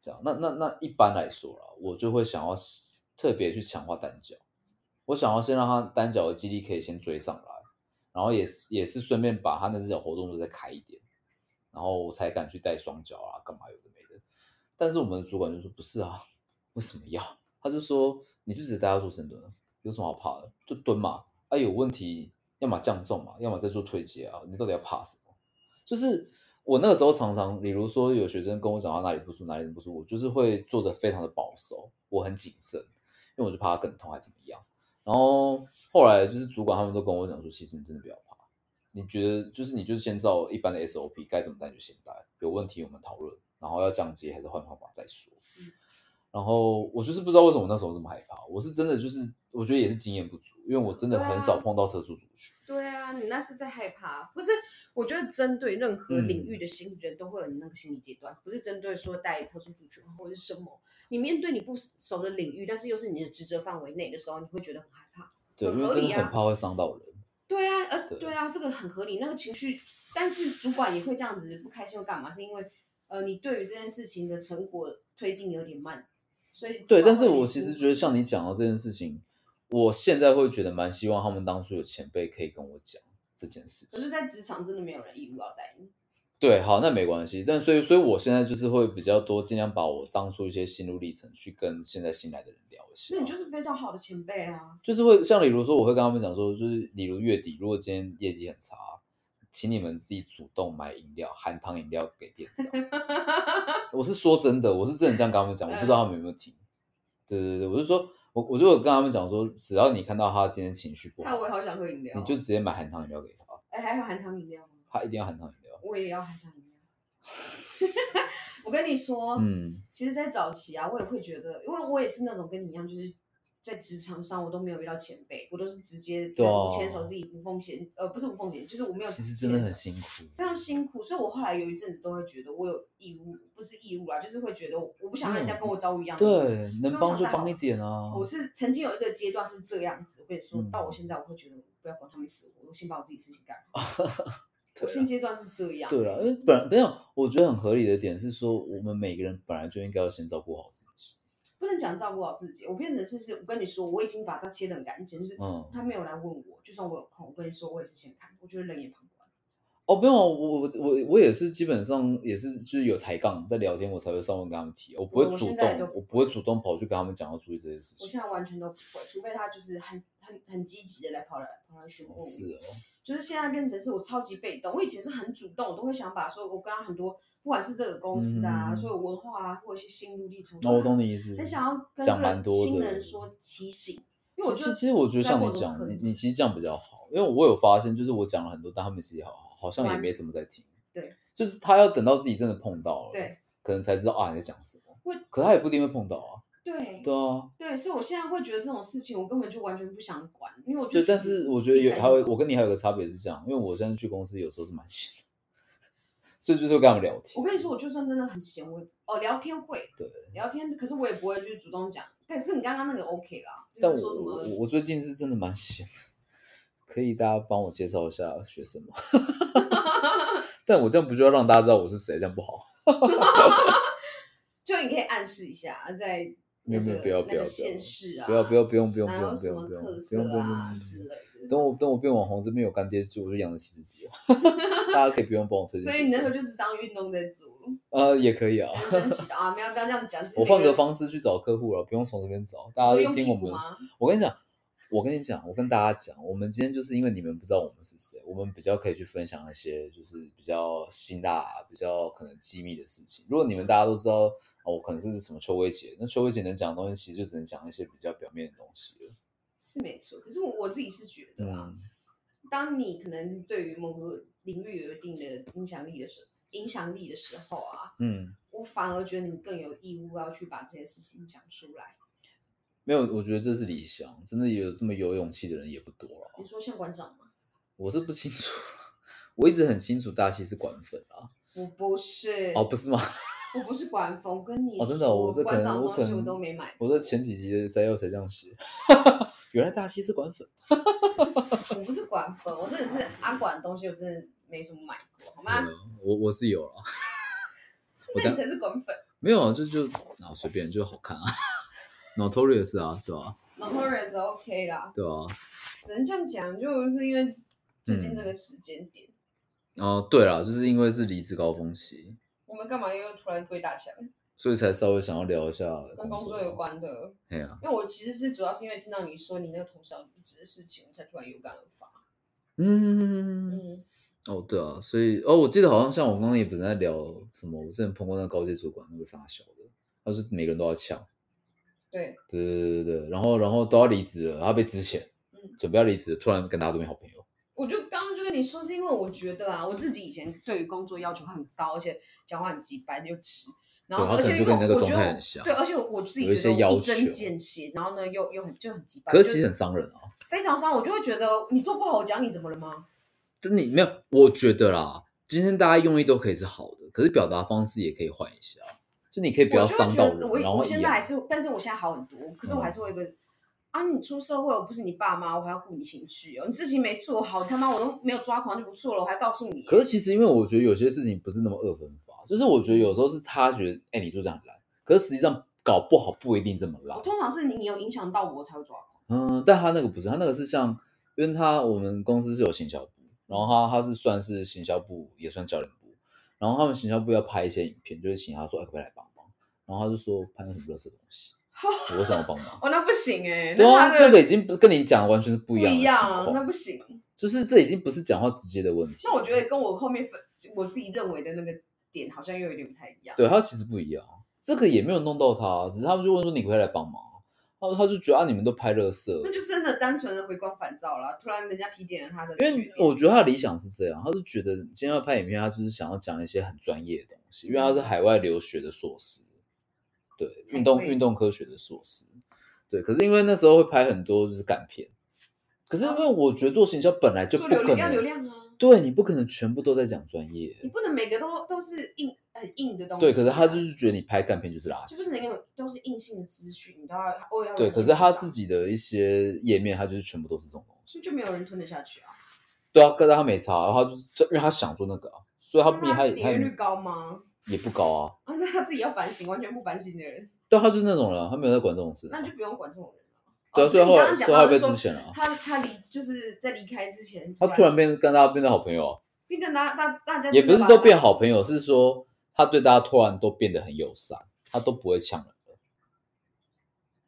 B: 这样，那那那一般来说啦，我就会想要特别去强化单脚，我想要先让他单脚的肌力可以先追上来。然后也是也是顺便把他那只脚活动度再开一点，然后才敢去带双脚啊，干嘛有的没的。但是我们的主管就说不是啊，为什么要？他就说你就直接带他做深蹲啊，有什么好怕的？就蹲嘛，啊有问题，要么降重嘛，要么再做推阶啊，你到底要怕什么？就是我那个时候常常，比如说有学生跟我讲到哪里不舒服，哪里不舒服，我就是会做的非常的保守，我很谨慎，因为我就怕他更痛还怎么样。然后后来就是主管他们都跟我讲说，其实你真的不要怕，你觉得就是你就是先照一般的 SOP 该怎么带你就先带，有问题我们讨论，然后要降阶还是换方法再说。
A: 嗯
B: 然后我就是不知道为什么我那时候这么害怕，我是真的就是我觉得也是经验不足，因为我真
A: 啊
B: 的很少碰到特殊族群。
A: 对啊，你那是在害怕，啊不是？我觉得针对任何领域的心理人都会有你那个心理阶段，不是针对说带特殊族群或者是什么。你面对你不熟的领域，但是又是你的职责范围内的时候，你会觉得很害怕。
B: 对，
A: 很
B: 因为
A: 合
B: 真
A: 理
B: 的很
A: 啊
B: 怕会伤到人。
A: 对啊，而
B: 对
A: 对啊，这个很合理，那个情绪。但是主管也会这样子不开心，又干嘛？是因为呃，你对于这件事情的成果推进有点慢，所以
B: 对，
A: 主管
B: 但是
A: 会有
B: 我
A: 点
B: 其实
A: 辛苦
B: 觉得哎像你讲到这件事情，我现在会觉得蛮希望他们当初有前辈可以跟我讲这件事情
A: 可。是，在职场真的没有人义务要带你。
B: 对，好，那没关系。但所以，所以我现在就是会比较多，尽量把我当初一些心路历程去跟现在新来的人聊一下。
A: 那你就是非常好的前辈啊。
B: 就是会像李如说，我会跟他们讲说，就是例如月底，如果今天业绩很差，请你们自己主动买饮料，含糖饮料给店
A: [LAUGHS]
B: 长。我是说真的，我是真的这样跟他们讲，我不知道他们有没有听。
A: 嗯
B: 对对对，我是说，我我就有跟他们讲说，只要你看到他今天情绪不好
A: 看，，我也好想喝饮料。
B: 你就直接买含糖饮料给他，
A: 哎，还有含糖饮料吗？
B: 他一定要含糖饮料。
A: 我也要含糖饮料。
B: [LAUGHS]
A: 我跟你说，
B: 嗯
A: 其实，在早期啊，我也会觉得，因为我也是那种跟你一样，就是在职场上我都没有遇到前辈，我都是直接
B: 对啊
A: 牵手自己无缝衔，呃，不是无缝衔，就是我没有
B: 其实真的
A: 牵
B: 很
A: 手
B: 辛苦。
A: 非常辛苦，所以我后来有一阵子都会觉得我有义务，不是义务啦，就是会觉得我我不想让人家跟我遭遇一样的。
B: 嗯对，
A: 所
B: 能
A: 以我
B: 帮
A: 想
B: 就
A: 带
B: 帮
A: 好
B: 一点啊。
A: 我是曾经有一个阶段是这样子，我跟你说，
B: 嗯
A: 到我现在我会觉得不要管他们死活，我先把我自己事情干好。
B: [LAUGHS] 对
A: 我
B: 啊
A: 现阶段是这样。
B: 对啊了，因为本来没有，我觉得很合理的点是说，我们每个人本来就应该要先照顾好自己。
A: 不能讲照顾好自己，我变成是是，我跟你说，我已经把它切得很干净，就是
B: 嗯
A: 他没有来问我，就算我有空，我跟你说，我也是先看，我觉得冷眼旁观。
B: 哦，不用啊，我我我我也是，基本上也是就是有抬杠在聊天，我才会上问跟他们提，我不会
A: 我
B: 主
A: 现在
B: 动，
A: 都
B: 我不会主动跑去跟他们讲要注意这些事
A: 我
B: 情。
A: 现在完全都不会，除非他就是很很很积极的来跑来跑来询问
B: 哦
A: 我，
B: 是哦，
A: 就是现在变成是我超级被动。我以前是很主动，我都会想把所有我跟他很多，不管是这个公司啊，
B: 嗯
A: 所有文化啊，或者一些心路历程，
B: 那我懂你意思。
A: 很想要跟
B: 讲蛮
A: 这个
B: 多的欸
A: 新人说提醒，因为我
B: 其
A: 就
B: 实其实我觉得像你
A: 在我
B: 讲，
A: 的
B: 你
A: 坑
B: 你其实这样比较好，因为我有发现，就是我讲了很多，但他们其实好好像也
A: 完
B: 没什么在听。
A: 对，
B: 就是他要等到自己真的碰到了，
A: 对，
B: 可能才知道啊你在讲什么。
A: 会
B: 可他也不一定会碰到啊。
A: 对
B: 对啊，
A: 对，所以我现在会觉得这种事情我根本就完全不想管，因为我就
B: 对，
A: 觉得
B: 但是我觉得
A: 自己
B: 有
A: 开
B: 还
A: 心
B: 有
A: 就好
B: 我跟你还有个差别是这样，因为我现在去公司有时候是蛮闲的，所以就是会跟他们聊天。
A: 我跟你说，我就算真的很闲，我也哦聊天会，
B: 对
A: 聊天，可是我也不会去主动讲。但是你刚刚那个 OK 啦，就
B: 但
A: 是
B: 我
A: 说什
B: 我
A: 么
B: 我最近是真的蛮闲的，可以大家帮我介绍一下学生吗？ [LAUGHS] 但我这样不就要让大家知道我是谁，这样不好。
A: [LAUGHS] 就你可以暗示一下，在
B: 没
A: 那
B: 有没
A: 个
B: 有不要不
A: 那
B: 要
A: 个
B: 不
A: 县
B: 要
A: 市啊，
B: 不要不要不用不用不
A: 哪
B: 用
A: 有
B: 不
A: 什
B: 用
A: 么
B: 不用
A: 特
B: 不用
A: 色
B: 不用
A: 啊之
B: 不用。
A: 类的。
B: 等我等我变网红，这边有干爹助，我就养得起自己了。哦 [LAUGHS] 大家可以不用帮我推荐学
A: 所
B: 生。
A: 以你那个就是当运动在做，
B: [LAUGHS] 呃也可以啊，
A: 很神奇的啊！不要不要这样讲，是
B: 我换
A: 每个人
B: 个方式去找客户了，不用从这边找，大
A: 你
B: 家
A: 说
B: 就
A: 用
B: 听
A: 屁
B: 我
A: 股
B: 们。
A: 吗？
B: 我跟你讲，我跟你讲，我跟大家讲，我们今天就是因为你们不知道我们是谁，我们比较可以去分享一些就是比较辛辣、比较可能机密的事情。如果你们大家都知道哦，我可能是什么邱薇姐，那邱薇姐能讲的东西，其实就只能讲一些比较表面的东西了。
A: 是没错，可是我我自己是觉得啊，
B: 嗯，
A: 当你可能对于某个领域有一定的影响力的时影响力的时候啊，
B: 嗯。
A: 我反而觉得你更有义务要去把这些事情讲出来。
B: 没有，我觉得这是理想，真的有这么有勇气的人也不多了。
A: 你说像馆长吗？
B: 我是不清楚， [LAUGHS] 我一直很清楚大西是管粉啊。
A: 我不是，
B: 哦，不是吗？ [LAUGHS]
A: 我不是管风，我跟你
B: 哦，真的哦，
A: 说
B: 我这可
A: 馆长
B: 能
A: 的
B: 我
A: 东
B: 可
A: 西我
B: 能
A: 都没买过，
B: 我在前几集的摘要才这样写。 [LAUGHS] 原来大西是管粉，
A: 我不是管风，我真的是阿管的东西我真的没什么买过，好吗？
B: 对啊我我是有了，我
A: 那
B: 等
A: 你才是管粉，
B: 没有啊，就就啊随便就好看啊。Notorious 啊，对吧、
A: 老 t o r i s OK 啦，
B: 对吧、
A: 只能这样讲，就是因为最近这
B: 嗯
A: 个时间点，
B: 哦，对了，就是因为是离职高峰期，
A: 我们干嘛又突然鬼打墙？
B: 所以才稍微想要聊一下
A: 跟工作有。关的，
B: 哎呀、
A: 因为我其实是主要是因为听到你说你那个同事要离职的事情，我才突然有感而发。
B: 嗯。
A: 嗯，
B: 哦，对啊，所以哦，我记得好像像我们刚刚也本来在聊什么，我之前碰过那个高阶主管那个傻小的，他是每个人都要呛，
A: 对，
B: 对对对对对，然后然后都要离职了，他被之前，
A: 嗯
B: 准备要离职了，突然跟大家都变好朋友，
A: 我就刚刚就跟你说，是因为我觉得啊，我自己以前对于工作要求很高，而且讲话很直白又直，然后
B: 对他
A: 而且
B: 可能就
A: 因为
B: 跟你那个
A: 我
B: 状
A: 觉
B: 态
A: 得
B: 很像
A: 对，而且我自己
B: 有一
A: 觉
B: 些
A: 得
B: 要
A: 我
B: 求
A: 一针见血，然后呢又又很就很直白，
B: 可是其
A: 就
B: 实很伤人啊，
A: 非常伤我，就会觉得你做不好，我讲你怎么了吗？
B: 就你没有，我觉得啦，今天大家用意都可以是好的，可是表达方式也可以换一下，就你可以不要
A: 我就会
B: 伤
A: 觉
B: 到
A: 得
B: 人，
A: 我
B: 然后嗯
A: 我
B: 一
A: 现在还
B: 样，
A: 是，但是我现在好很多，可是我还是会被、啊，你出社会，我不是你爸妈，我还要顾你情绪哦，你事情没做好，他妈我都没有抓狂就不错了，我还告诉你，
B: 可是其实因为我觉得有些事情不是那么二分法，就是我觉得有时候是他觉得，哎，你就这样烂，可是实际上搞不好不一定这么烂
A: 我。通常是你你有影响到我才会抓狂。
B: 嗯，但他那个不是，他那个是像，因为他我们公司是有行销部，然后他他是算是行销部，也算教练部，然然后他们行销部要拍一些影片，就是请他说，哎，可不可以来帮忙？然后他就说拍那什么垃圾东西，我为什么要帮忙？
A: 哦，那不行哎、
B: 对
A: 那
B: 啊，
A: 他
B: 那
A: 的
B: 个已经不跟你讲的完全是不
A: 不
B: 一样的
A: 一
B: 情
A: 样，那
B: 况，
A: 不行。
B: 就是这已经不是讲话直接的问题。
A: 那我觉得跟我后面分我自己认为的那个点好像又有点不太一样。
B: 对他其实不一样，这个也没有弄到他，啊只是他们就问说你可不可以来帮忙，然后他就觉得啊你们都拍乐色，
A: 那就真的单纯的回光返照啦。突然人家提点了他的
B: 因
A: 缺
B: 为
A: 点，
B: 我觉得他的理想是这样，他是觉得今天要拍影片，他就是想要讲一些很专业的东西，因为他
A: 嗯
B: 是海外留学的硕士，对，运动
A: 海归
B: 运动科学的硕士，对。可是因为那时候会拍很多就是港片，可是因为我觉得做行销本来就不
A: 做流
B: 可
A: 量要流
B: 能，
A: 量啊，
B: 对你不可能全部都在讲专业，
A: 你不能每个都都是硬很硬的东嗯西啊、
B: 对。可是他就是觉得你拍港片就是垃圾
A: 就，是那个都是硬性的资讯，你都要偶尔要
B: 对。
A: 软
B: 可
A: 性
B: 是他
A: 补上
B: 自，己的一些页面，他就是全部都是这种东西，
A: 所以就没有人吞得下去啊。
B: 对啊。可是他没查，他就是因为他想做那个啊，所以他
A: 那
B: 他
A: 他
B: 也他
A: 点阅率
B: 也
A: 高吗？
B: 也不高啊。
A: 啊，那他自己要反省，完全不反省的人，
B: 对，他就是那种人啊，他没有在管这种事。
A: 那你就不用管这种人了。
B: 对啊，
A: 哦
B: 所以
A: 你
B: 后
A: 刚
B: 来
A: 刚讲
B: 所以后
A: 到
B: 来被
A: 就
B: 之
A: 说
B: 前了啊，
A: 他他离就是在离开之前，
B: 他突然变跟大家变成好朋友啊，
A: 并跟大大大家
B: 也
A: 真
B: 不
A: 的
B: 是
A: 把
B: 都
A: 他
B: 变好朋友，是说他对大家突然都变得很友善，他都不会呛人了。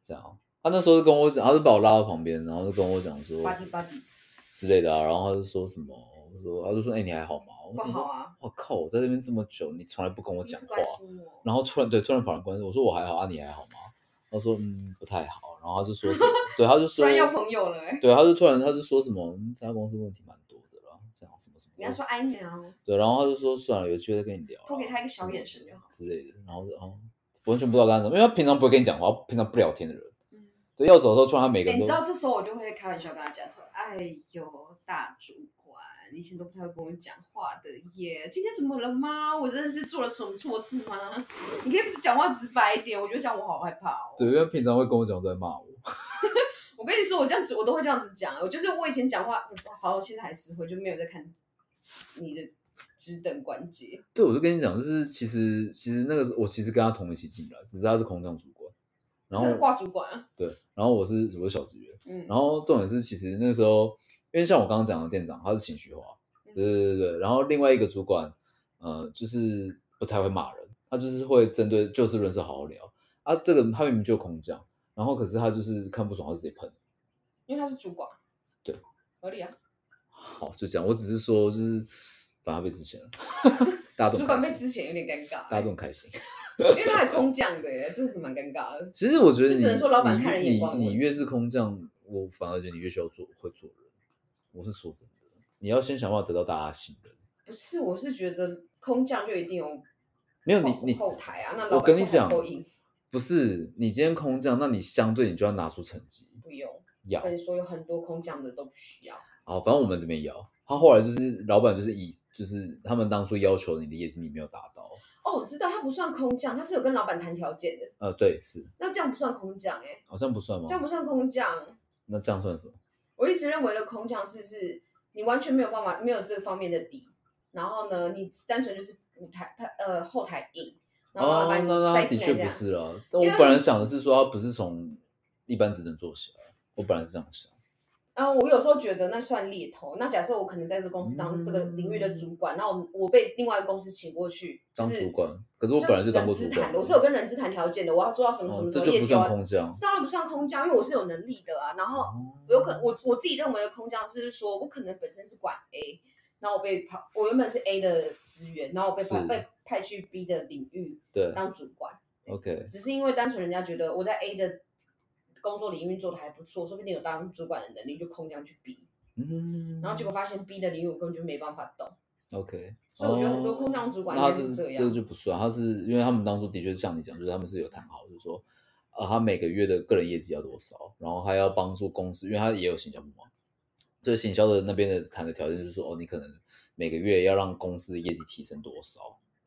B: 这样，啊他那时候就跟我讲，他就把我拉到旁边，然后就跟我讲说
A: 吧唧吧唧
B: 之类的啊，然后他就说什么，我说他就说哎、你还好吗？我
A: 不
B: 想
A: 好
B: 说，
A: 啊，
B: 我靠，我在这边这么久，你从来不跟我
A: 第一
B: 讲
A: 次
B: 话，
A: 关心我。
B: 然后突然对突然跑来关心，我说我还好啊，你还好吗？他说嗯不太好，然后他就
A: [LAUGHS]
B: 说什么，对他就
A: 突
B: 说
A: 然要朋友了、欸，
B: 对，他就突然他就说什么，嗯，这家公司问题蛮多的啦，这样什么什么。
A: 你要说哎娘，
B: 对，然后他就说算了，有机会再跟你聊啦。
A: 投给他一个小
B: 什么
A: 眼神就好
B: 之类的。然后就哦，完全不知道干什么，因为他平常不会跟你讲话，平常不聊天的人。
A: 嗯，
B: 对，要走的时候突然他每个
A: 欸
B: 人
A: 你
B: 都
A: 知道这时候我就会开玩笑跟他讲说，哎呦，大主管，以前都不太会跟我讲话的耶，今天怎么了吗？我真的是做了什么错事吗？你可以讲话直白一点，我觉得这样我好害怕哦。
B: 对，因为他平常会跟我讲都在骂我。
A: 我跟你说，我这样子我都会这样子讲，我就是我以前讲话，嗯好，我现在还是会，就没有在看你的指等关节，
B: 对，我就跟你讲，就是其实其实那个时候我其实跟他同一起进来，只是他是空降主管，然
A: 这是
B: 后
A: 挂主管啊，
B: 对，然后我是我是小职员，
A: 嗯，
B: 然后重点是，其实那时候，因为像我刚刚讲的店长，他是情绪化，对
A: 嗯
B: 对对对。然后另外一个主管，呃，就是不太会骂人，他就是会针对就事论事好好聊。啊，这个他明明就空降，然后可是他就是看不爽，他就直接喷。
A: 因为他是主管，
B: 对，
A: 合理啊。
B: 好，就这样。我只是说，就是反而被之
A: [LAUGHS]
B: 前了，大家都
A: 主
B: 很
A: 管
B: 开
A: 被
B: 心，
A: 之前有点尴尬、
B: 大家都很开心。
A: 因为他还空降的耶，真的蛮尴尬的。
B: 其实我觉得
A: 就
B: 你
A: 只能说老板看人眼
B: 你
A: 光的
B: 你
A: 问
B: 你
A: 题
B: 越是空降，我反而觉得你越需要做会做人。我是说真的，你要先想办法得到大家信任。
A: 不是，我是觉得空降就一定有
B: 没有你
A: 后
B: 你
A: 后台啊，那老
B: 我
A: 板
B: 跟你
A: 后台
B: 讲
A: 够硬，
B: 不是你今天空降，那你相对你就要拿出成绩，
A: 不用。
B: 要
A: 我跟你说，有很多空降的都不需要。
B: 好，反正我们这边要。他后来就是老板就是以就是他们当初要求你的业绩你没有达到，
A: 哦，我知道他不算空降，他是有跟老板谈条件的，
B: 呃，对，是
A: 那这样不算空降哎、
B: 好像不算吗
A: 这？样不算空降。
B: 那这样算什么？
A: 我一直认为的空降是是，你完全没有办法，没有这方面的底，然后呢，你单纯就是舞台呃后台硬，然后老
B: 哦，那
A: 板
B: 那他
A: 塞
B: 的
A: 进来
B: 确
A: 这
B: 不
A: 样。
B: 是啊。但我
A: 因为
B: 本
A: 他
B: 来想的是说他不是从一般职能做起来，我本来是这样想。
A: 嗯，我有时候觉得那算猎头。那假设我可能在这个公司当这个领域的主管，那我我被另外一个公司请过去，就
B: 嗯当
A: 是
B: 主管，可是我本来就当过主
A: 人资
B: 管
A: 谈
B: 了，
A: 的，我是有跟人资谈条件的，我要做到什么什
B: 哦
A: 么什
B: 这
A: 么
B: 就
A: 业
B: 不
A: 绩啊，
B: 算空降。
A: 知道了不算空降，因为我是有能力的啊。然后
B: 哦
A: 有可我我自己认为的空降是说，我可能本身是管 A，然后我被派，我原本是 A 的职员，然后我被派
B: 是
A: 被派去 B 的领域
B: 对
A: 当主管。
B: ，OK，
A: 只是因为单纯人家觉得我在 A 的工作领域做的还不错，说不定有当主管的能力，就空降去 B，
B: 嗯，
A: 然后结果发现 B 的领域我根本就没办法懂，
B: OK，
A: 所以我觉得很
B: 哦
A: 多空降主管
B: 那
A: 应
B: 他
A: 该
B: 这
A: 是这
B: 这
A: 样。
B: 就不算，他是因为他们当初的确像你讲，就是他们是有谈好，就是说，呃，他每个月的个人业绩要多少，然后还要帮助公司，因为他也有行销部嘛，对行销的那边的谈的条件就是说，哦，你可能每个月要让公司的业绩提升多少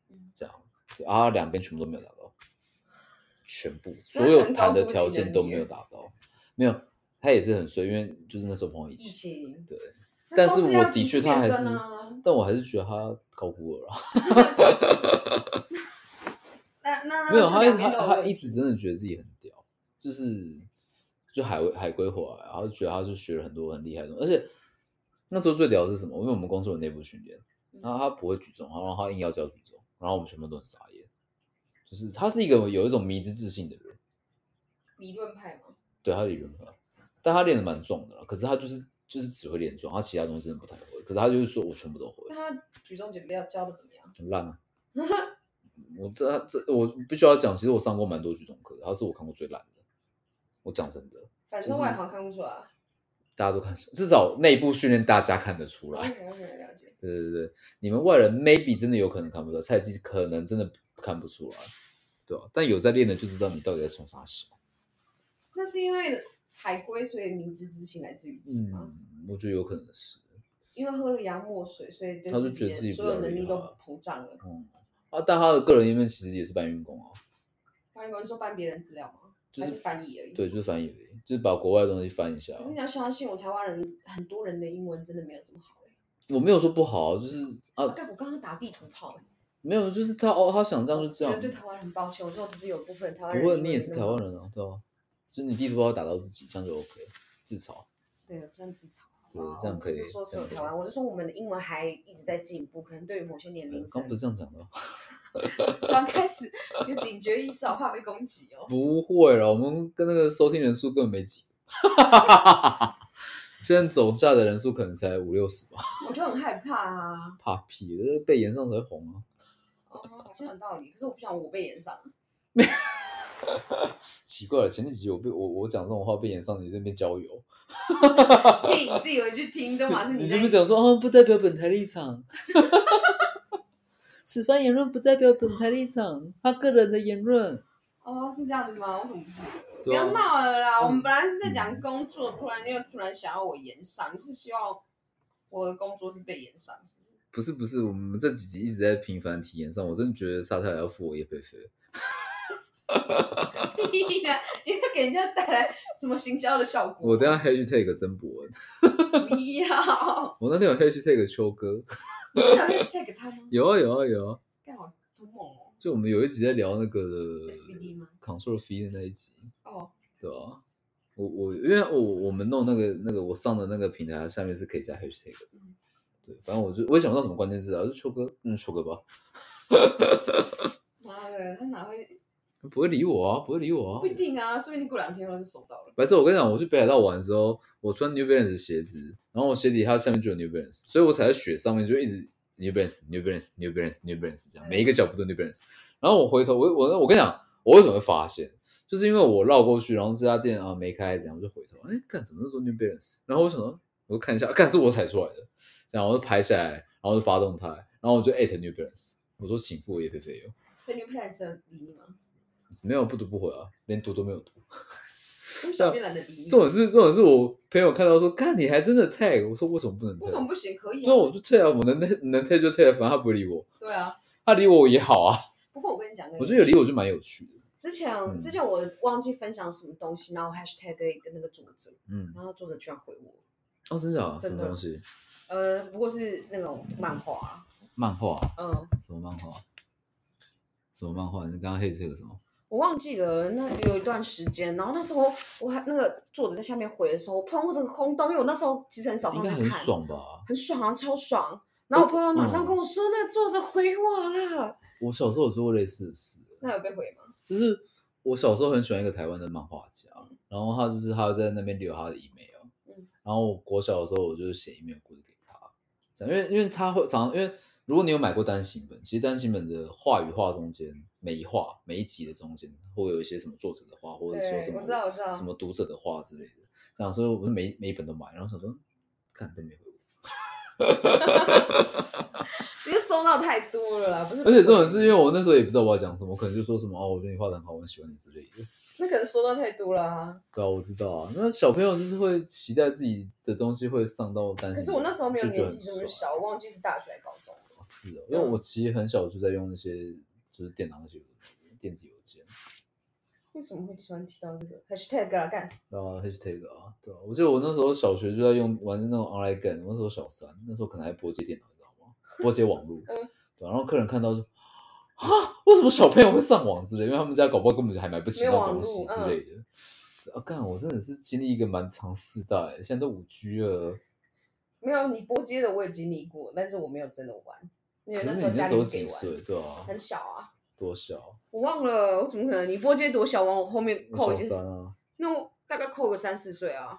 A: 嗯，
B: 这样，对啊，两边全部都没有达到，全部
A: 那
B: 所有
A: 很
B: 谈
A: 高
B: 的
A: 估自己
B: 条
A: 能
B: 件都
A: 力
B: 没有
A: 耶
B: 达到，没有，他也是很衰，因为就是那时候朋友一
A: 疫
B: 起，
A: 情，
B: 对，
A: 那
B: 但
A: 公
B: 是
A: 司要
B: 我的
A: 及
B: 确
A: 时
B: 他还
A: 变
B: 是
A: 更啊，
B: 但我还是觉得他高估了啦。
A: 那那那
B: 没有，
A: 就
B: 他
A: 两
B: 一
A: 边
B: 他
A: 都有
B: 他
A: 问
B: 一
A: 题
B: 直真的觉得自己很屌，就是就海归海归回来，然后就觉得他就学了很多很厉害的东西，而且啊那时候最屌的是什么？因为我们公司有内部训练，然后他不会举重，然后他硬要教举重，然后我们全部都很傻眼，就是他是一个有一种迷之自信的人，
A: 理论派嘛，
B: 对他理论派，但他练的蛮壮的啦，可是他就是就是只会练壮，他其他东西真的不太会，可是他就是说我全部都会，
A: 那他举重减料教的怎么样？
B: 很烂啊。我这这我必须要讲，其实我上过蛮多举重课的，他是我看过最烂的。我讲真的，
A: 反正外行看不出来。啊
B: 大家都看，至少内部训练大家看得出来。
A: OK OK，了解。
B: 对对对，你们外人 maybe 真的有可能看不出来，菜鸡可能真的看不出来，对吧、但有在练的就知道你到底在冲啥嗯小。
A: 那是因为海龟，所以明知之情来自于此吗？
B: 嗯，我觉得有可能是。
A: 因为喝了洋墨水，所以对
B: 他是
A: 自己
B: 觉得自
A: 的
B: 己
A: 所
B: 比较
A: 有能
B: 厉
A: 力都
B: 害
A: 膨胀了。
B: 嗯，啊，但他的个人因为其实也是搬运工啊，
A: 翻译官说搬别人资料吗？
B: 就
A: 还
B: 是
A: 是翻译而已。
B: 对，就是翻译而已，就是把国外的东西翻一下啊
A: 可。是你要相信我，台湾人很多人的英文真的没有这么好哎、
B: 我没有说不好，就是啊
A: 啊，，干我刚刚打地图炮哎、
B: 没有，就是他哦，他想这样就
A: 觉
B: 这样
A: 得。对台湾人很抱歉。我说我只是有部分台湾人，
B: 不会，你也是台湾。人啊，对吧、所以你地图炮打到自己，这样就 OK，自嘲。
A: 对，这样自嘲。
B: 对
A: 好不好
B: 这样
A: 我
B: 可以
A: 不是说
B: 这
A: 所有
B: 样可以
A: 台湾，我是说我们的英文还一直在进步，可能对于某些年龄层
B: 嗯哎刚，不是这样讲的吗， [LAUGHS]
A: 突然开始有警觉意识，好怕被攻击哦。
B: 不会啦，我们跟那个收听人数根本没几个， [LAUGHS] 现在总下的人数可能才五六十吧，
A: 我就很害怕啊。
B: 怕屁，这被延上才会红啊，
A: 哦，好像有道理，可是我不想我被延上。
B: 奇怪了，前几集我被我我讲这种话被延上，你这边交友，
A: 嘿，你自己回去听，都啊马是
B: 你
A: 在
B: 这边讲说哦，不代表本台立场。 [LAUGHS] 此番言论不代表本台立场，他个人的言论。
A: 哦，是这样子吗？我怎么不记得？不
B: 对啊
A: 要闹了啦！
B: 嗯
A: 我们本来是在讲工作，突然又突然想要我延上，你是希望我的工作是被延上，是不是？
B: 不是不是，我们这几集一直在频繁体验上，我真的觉得沙特尔要付我叶菲菲。
A: 屁呀！你会给人家带来什么行销的效果？
B: 我等一下 hashtag 曾博文，
A: 不要！ [LAUGHS]
B: 我那天有 hashtag 秋哥，
A: 你真的会 tag 他吗？
B: 有啊有啊有啊，
A: 干好多梦哦
B: 就我们有一集在聊那个
A: ！SBD 吗？
B: control fee 的那一集，
A: 哦，
B: 对啊，我我因为我我们弄那个那个我上的那个平台下面是可以加 hashtag 的
A: 嗯，
B: 对，反正我就我也想不到什么关键字啊，就秋哥，嗯，秋哥吧，
A: 妈的，他哪会？
B: 不会理我啊，不会理我啊
A: 不。一定啊，说不定过两天我就收到了。
B: 白痴，我跟你讲，我去北海道玩的时候，我穿 New Balance 的鞋子，然后我鞋底它下面就有 New Balance，所以我踩在雪上面就一直 New Balance、New Balance、New Balance、New Balance 这样，每一个脚步都 New Balance。然后我回头，我我我跟你讲，我为什么会发现，就是因为我绕过去，然后这家店啊没开，这样我就回头，哎，看怎么那么多 New Balance？然后我想说，我就看一下，看是我踩出来的，这样我就拍下来，然后就发动态，然后我就艾特 New Balance，我说请付我叶菲菲哟，
A: 所以你 plan 是理你吗？
B: 没有不读不回啊，连读都没有读。
A: 我们小编懒得理你
B: 这，种是这种是我朋友看到说，看你还真的 tag，我说为什么不能 tag？
A: 为什么不行？可以
B: 对啊，我
A: 啊。
B: 就 tag，啊我能能 tag 就 tag，反正他不会理我，
A: 对啊。
B: 他理我也好啊。
A: 不过我跟你讲，
B: 我觉得有理我就蛮有趣的，
A: 之前
B: 嗯
A: 之前我忘记分享什么东西，然后我 hashtag 给一个那个作者，
B: 嗯，
A: 然后作者居然回我，
B: 哦，真的假的？什
A: 真的
B: 么东西？
A: 呃，不过是那种漫画啊，
B: 漫画？
A: 嗯，
B: 什么漫画？啊什么漫画？你刚刚 hate 这个什么？
A: 我忘记了，那有一段时间，然后那时候我还那个作者在下面回的时候，我碰到这个轰动，因为我那时候其实很少
B: 应
A: 上去
B: 该
A: 看，
B: 很爽哦嗯吧？
A: 很爽啊，超爽。然后我朋友马上跟我说，那个作者回我了，
B: 我小时候有做过类似的事，
A: 那有被回吗？
B: 就是我小时候很喜欢一个台湾的漫画家，然后他就是他在那边留他的 email，
A: 嗯
B: 然后我国小的时候我就写 email 故事给他，这样因为因为他会常因为如果你有买过单行本，其实单行本的话与话中间，每一话每一集的中间会有一些什么作者的话，或者说
A: 对
B: 什，么
A: 我知道，我知道
B: 什，么读者的话之类的，这样所以我就每每一本都买，然后想说看都没回我。
A: [LAUGHS] 因为收到太多了啦，不是。
B: 而且这种是因为我那时候也不知道我要讲什么，我可能就说什么哦，我觉得你画的很好，我很喜欢你之类的。
A: 那可能收到太多了啊。
B: 对啊，我知道啊。那小朋友就是会期待自己的东西会上到单
A: 可
B: 行本，
A: 是我那时候没有
B: 嗯就觉得
A: 年纪这
B: 很
A: 么
B: 爽
A: 小，嗯我忘记是大学还是高中了。
B: 是哦，因为我其实很小就在用那些就是电脑那些邮电子邮件，
A: 为什么会喜欢提到这个 hashtag 啊？干，
B: 然后 hashtag 啊，对啊，我记得我那时候小学就在用玩那种 online game，我那时候小三，那时候可能还拨接电脑，你知道吗？拨接网络，
A: 嗯
B: 对、啊，然后客人看到就。啊，为什么小朋友会上网之类？因为他们家搞不好根本就还买不起
A: 没
B: 那
A: 有
B: 种
A: 网
B: 东西
A: 路
B: 之
A: 嗯
B: 类的。啊，干！我真的是经历一个蛮长世代，现在都五 G 了。
A: 没有你播接的我也经历过，但是我没有真的玩。因为
B: 可
A: 那
B: 是
A: 时候
B: 你那
A: 家
B: 时
A: 里
B: 候
A: 不给
B: 几
A: 玩，
B: 岁？对啊，
A: 很小啊，
B: 多小？
A: 我忘了，我怎么可能？你波接多小？往我后面扣
B: 我
A: 已
B: 小
A: 经，
B: 三啊。
A: 那我大概扣个三四岁啊。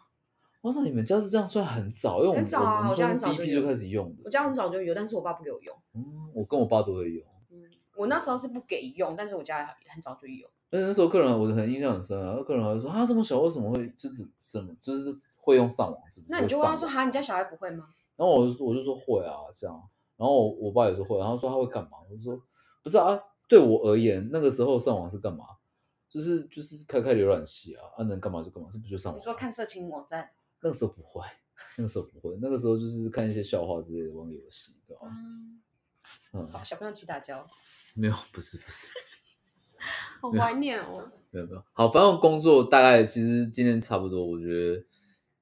B: 哇，那你们家是这样算很早，因为我们
A: 很早啊
B: 我们
A: 我家很
B: 算是
A: 早
B: 第一批
A: 就
B: 就
A: 有
B: 开始用的。
A: 我家很早就有，但是我爸不给我用。
B: 嗯，我跟我爸都会用，
A: 我那时候是不给用，但是我家很早就有。
B: 但是那时候客人我很印象很深啊，客人还会说啊这么小为什么会就是怎么就是会用上网是不是？
A: 那你就
B: 会
A: 问
B: 上
A: 他说：“
B: 网
A: 哈，你家小孩不会吗
B: 然后我就说我就说会啊，这样。然后我我爸也说会，然后说他会干嘛？我就说不是啊，对我而言，那个时候上网是干嘛？就是就是开开浏览器啊，啊能干嘛就干嘛，这不就？”上网？
A: 你说看色情网站，
B: 那个时候不会，那个时候不会，那个时候就是看一些笑话之类的，玩个游戏，对吧、
A: 嗯，
B: 嗯， [LAUGHS]
A: 好小朋友起打胶，
B: 没有，不是不是，
A: 好怀念哦。
B: 没有没有。好，反正工作大概其实今天差不多，我觉得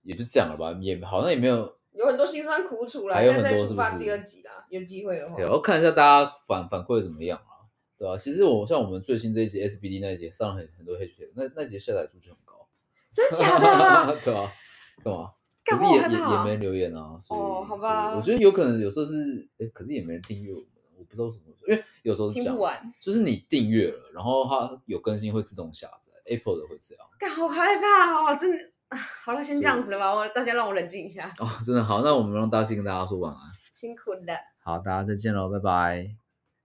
B: 也就这样了吧，也好像也没有
A: [LAUGHS] 有很多辛酸苦楚啦，
B: 还有
A: 下
B: 很
A: 次
B: 多
A: 再
B: 是
A: 出
B: 不
A: 发
B: 是
A: 第二集啦，有机会的话
B: 对，。我看一下大家反反馈怎么样啊，对吧、其实我像我们最新这一集 SBD 那一集上了很很多 hashtag，那那集下载数据很高，
A: 真
B: [LAUGHS]
A: 假的啊？
B: 对啊，干嘛？可
A: 干
B: 是
A: 嘛
B: 也
A: 我害
B: 也也
A: 怕
B: 没人留言啊，所以
A: 哦好
B: 所以
A: 吧
B: 我觉得有可能有时候是，哎，可是也没人订阅我们，啊我不知道为什么，因为有时候是啊
A: 听
B: 这样
A: 不，完，
B: 就是你订阅了，然后它有更新会自动下载，Apple 的会这样。
A: 干好害怕哦，真的。啊好了，先
B: 是
A: 这样子吧，我大家让我冷静一下，
B: 哦，真的好，那我们让大西跟大家说晚安。
A: 辛苦了。
B: 好，大家再见喽，拜拜。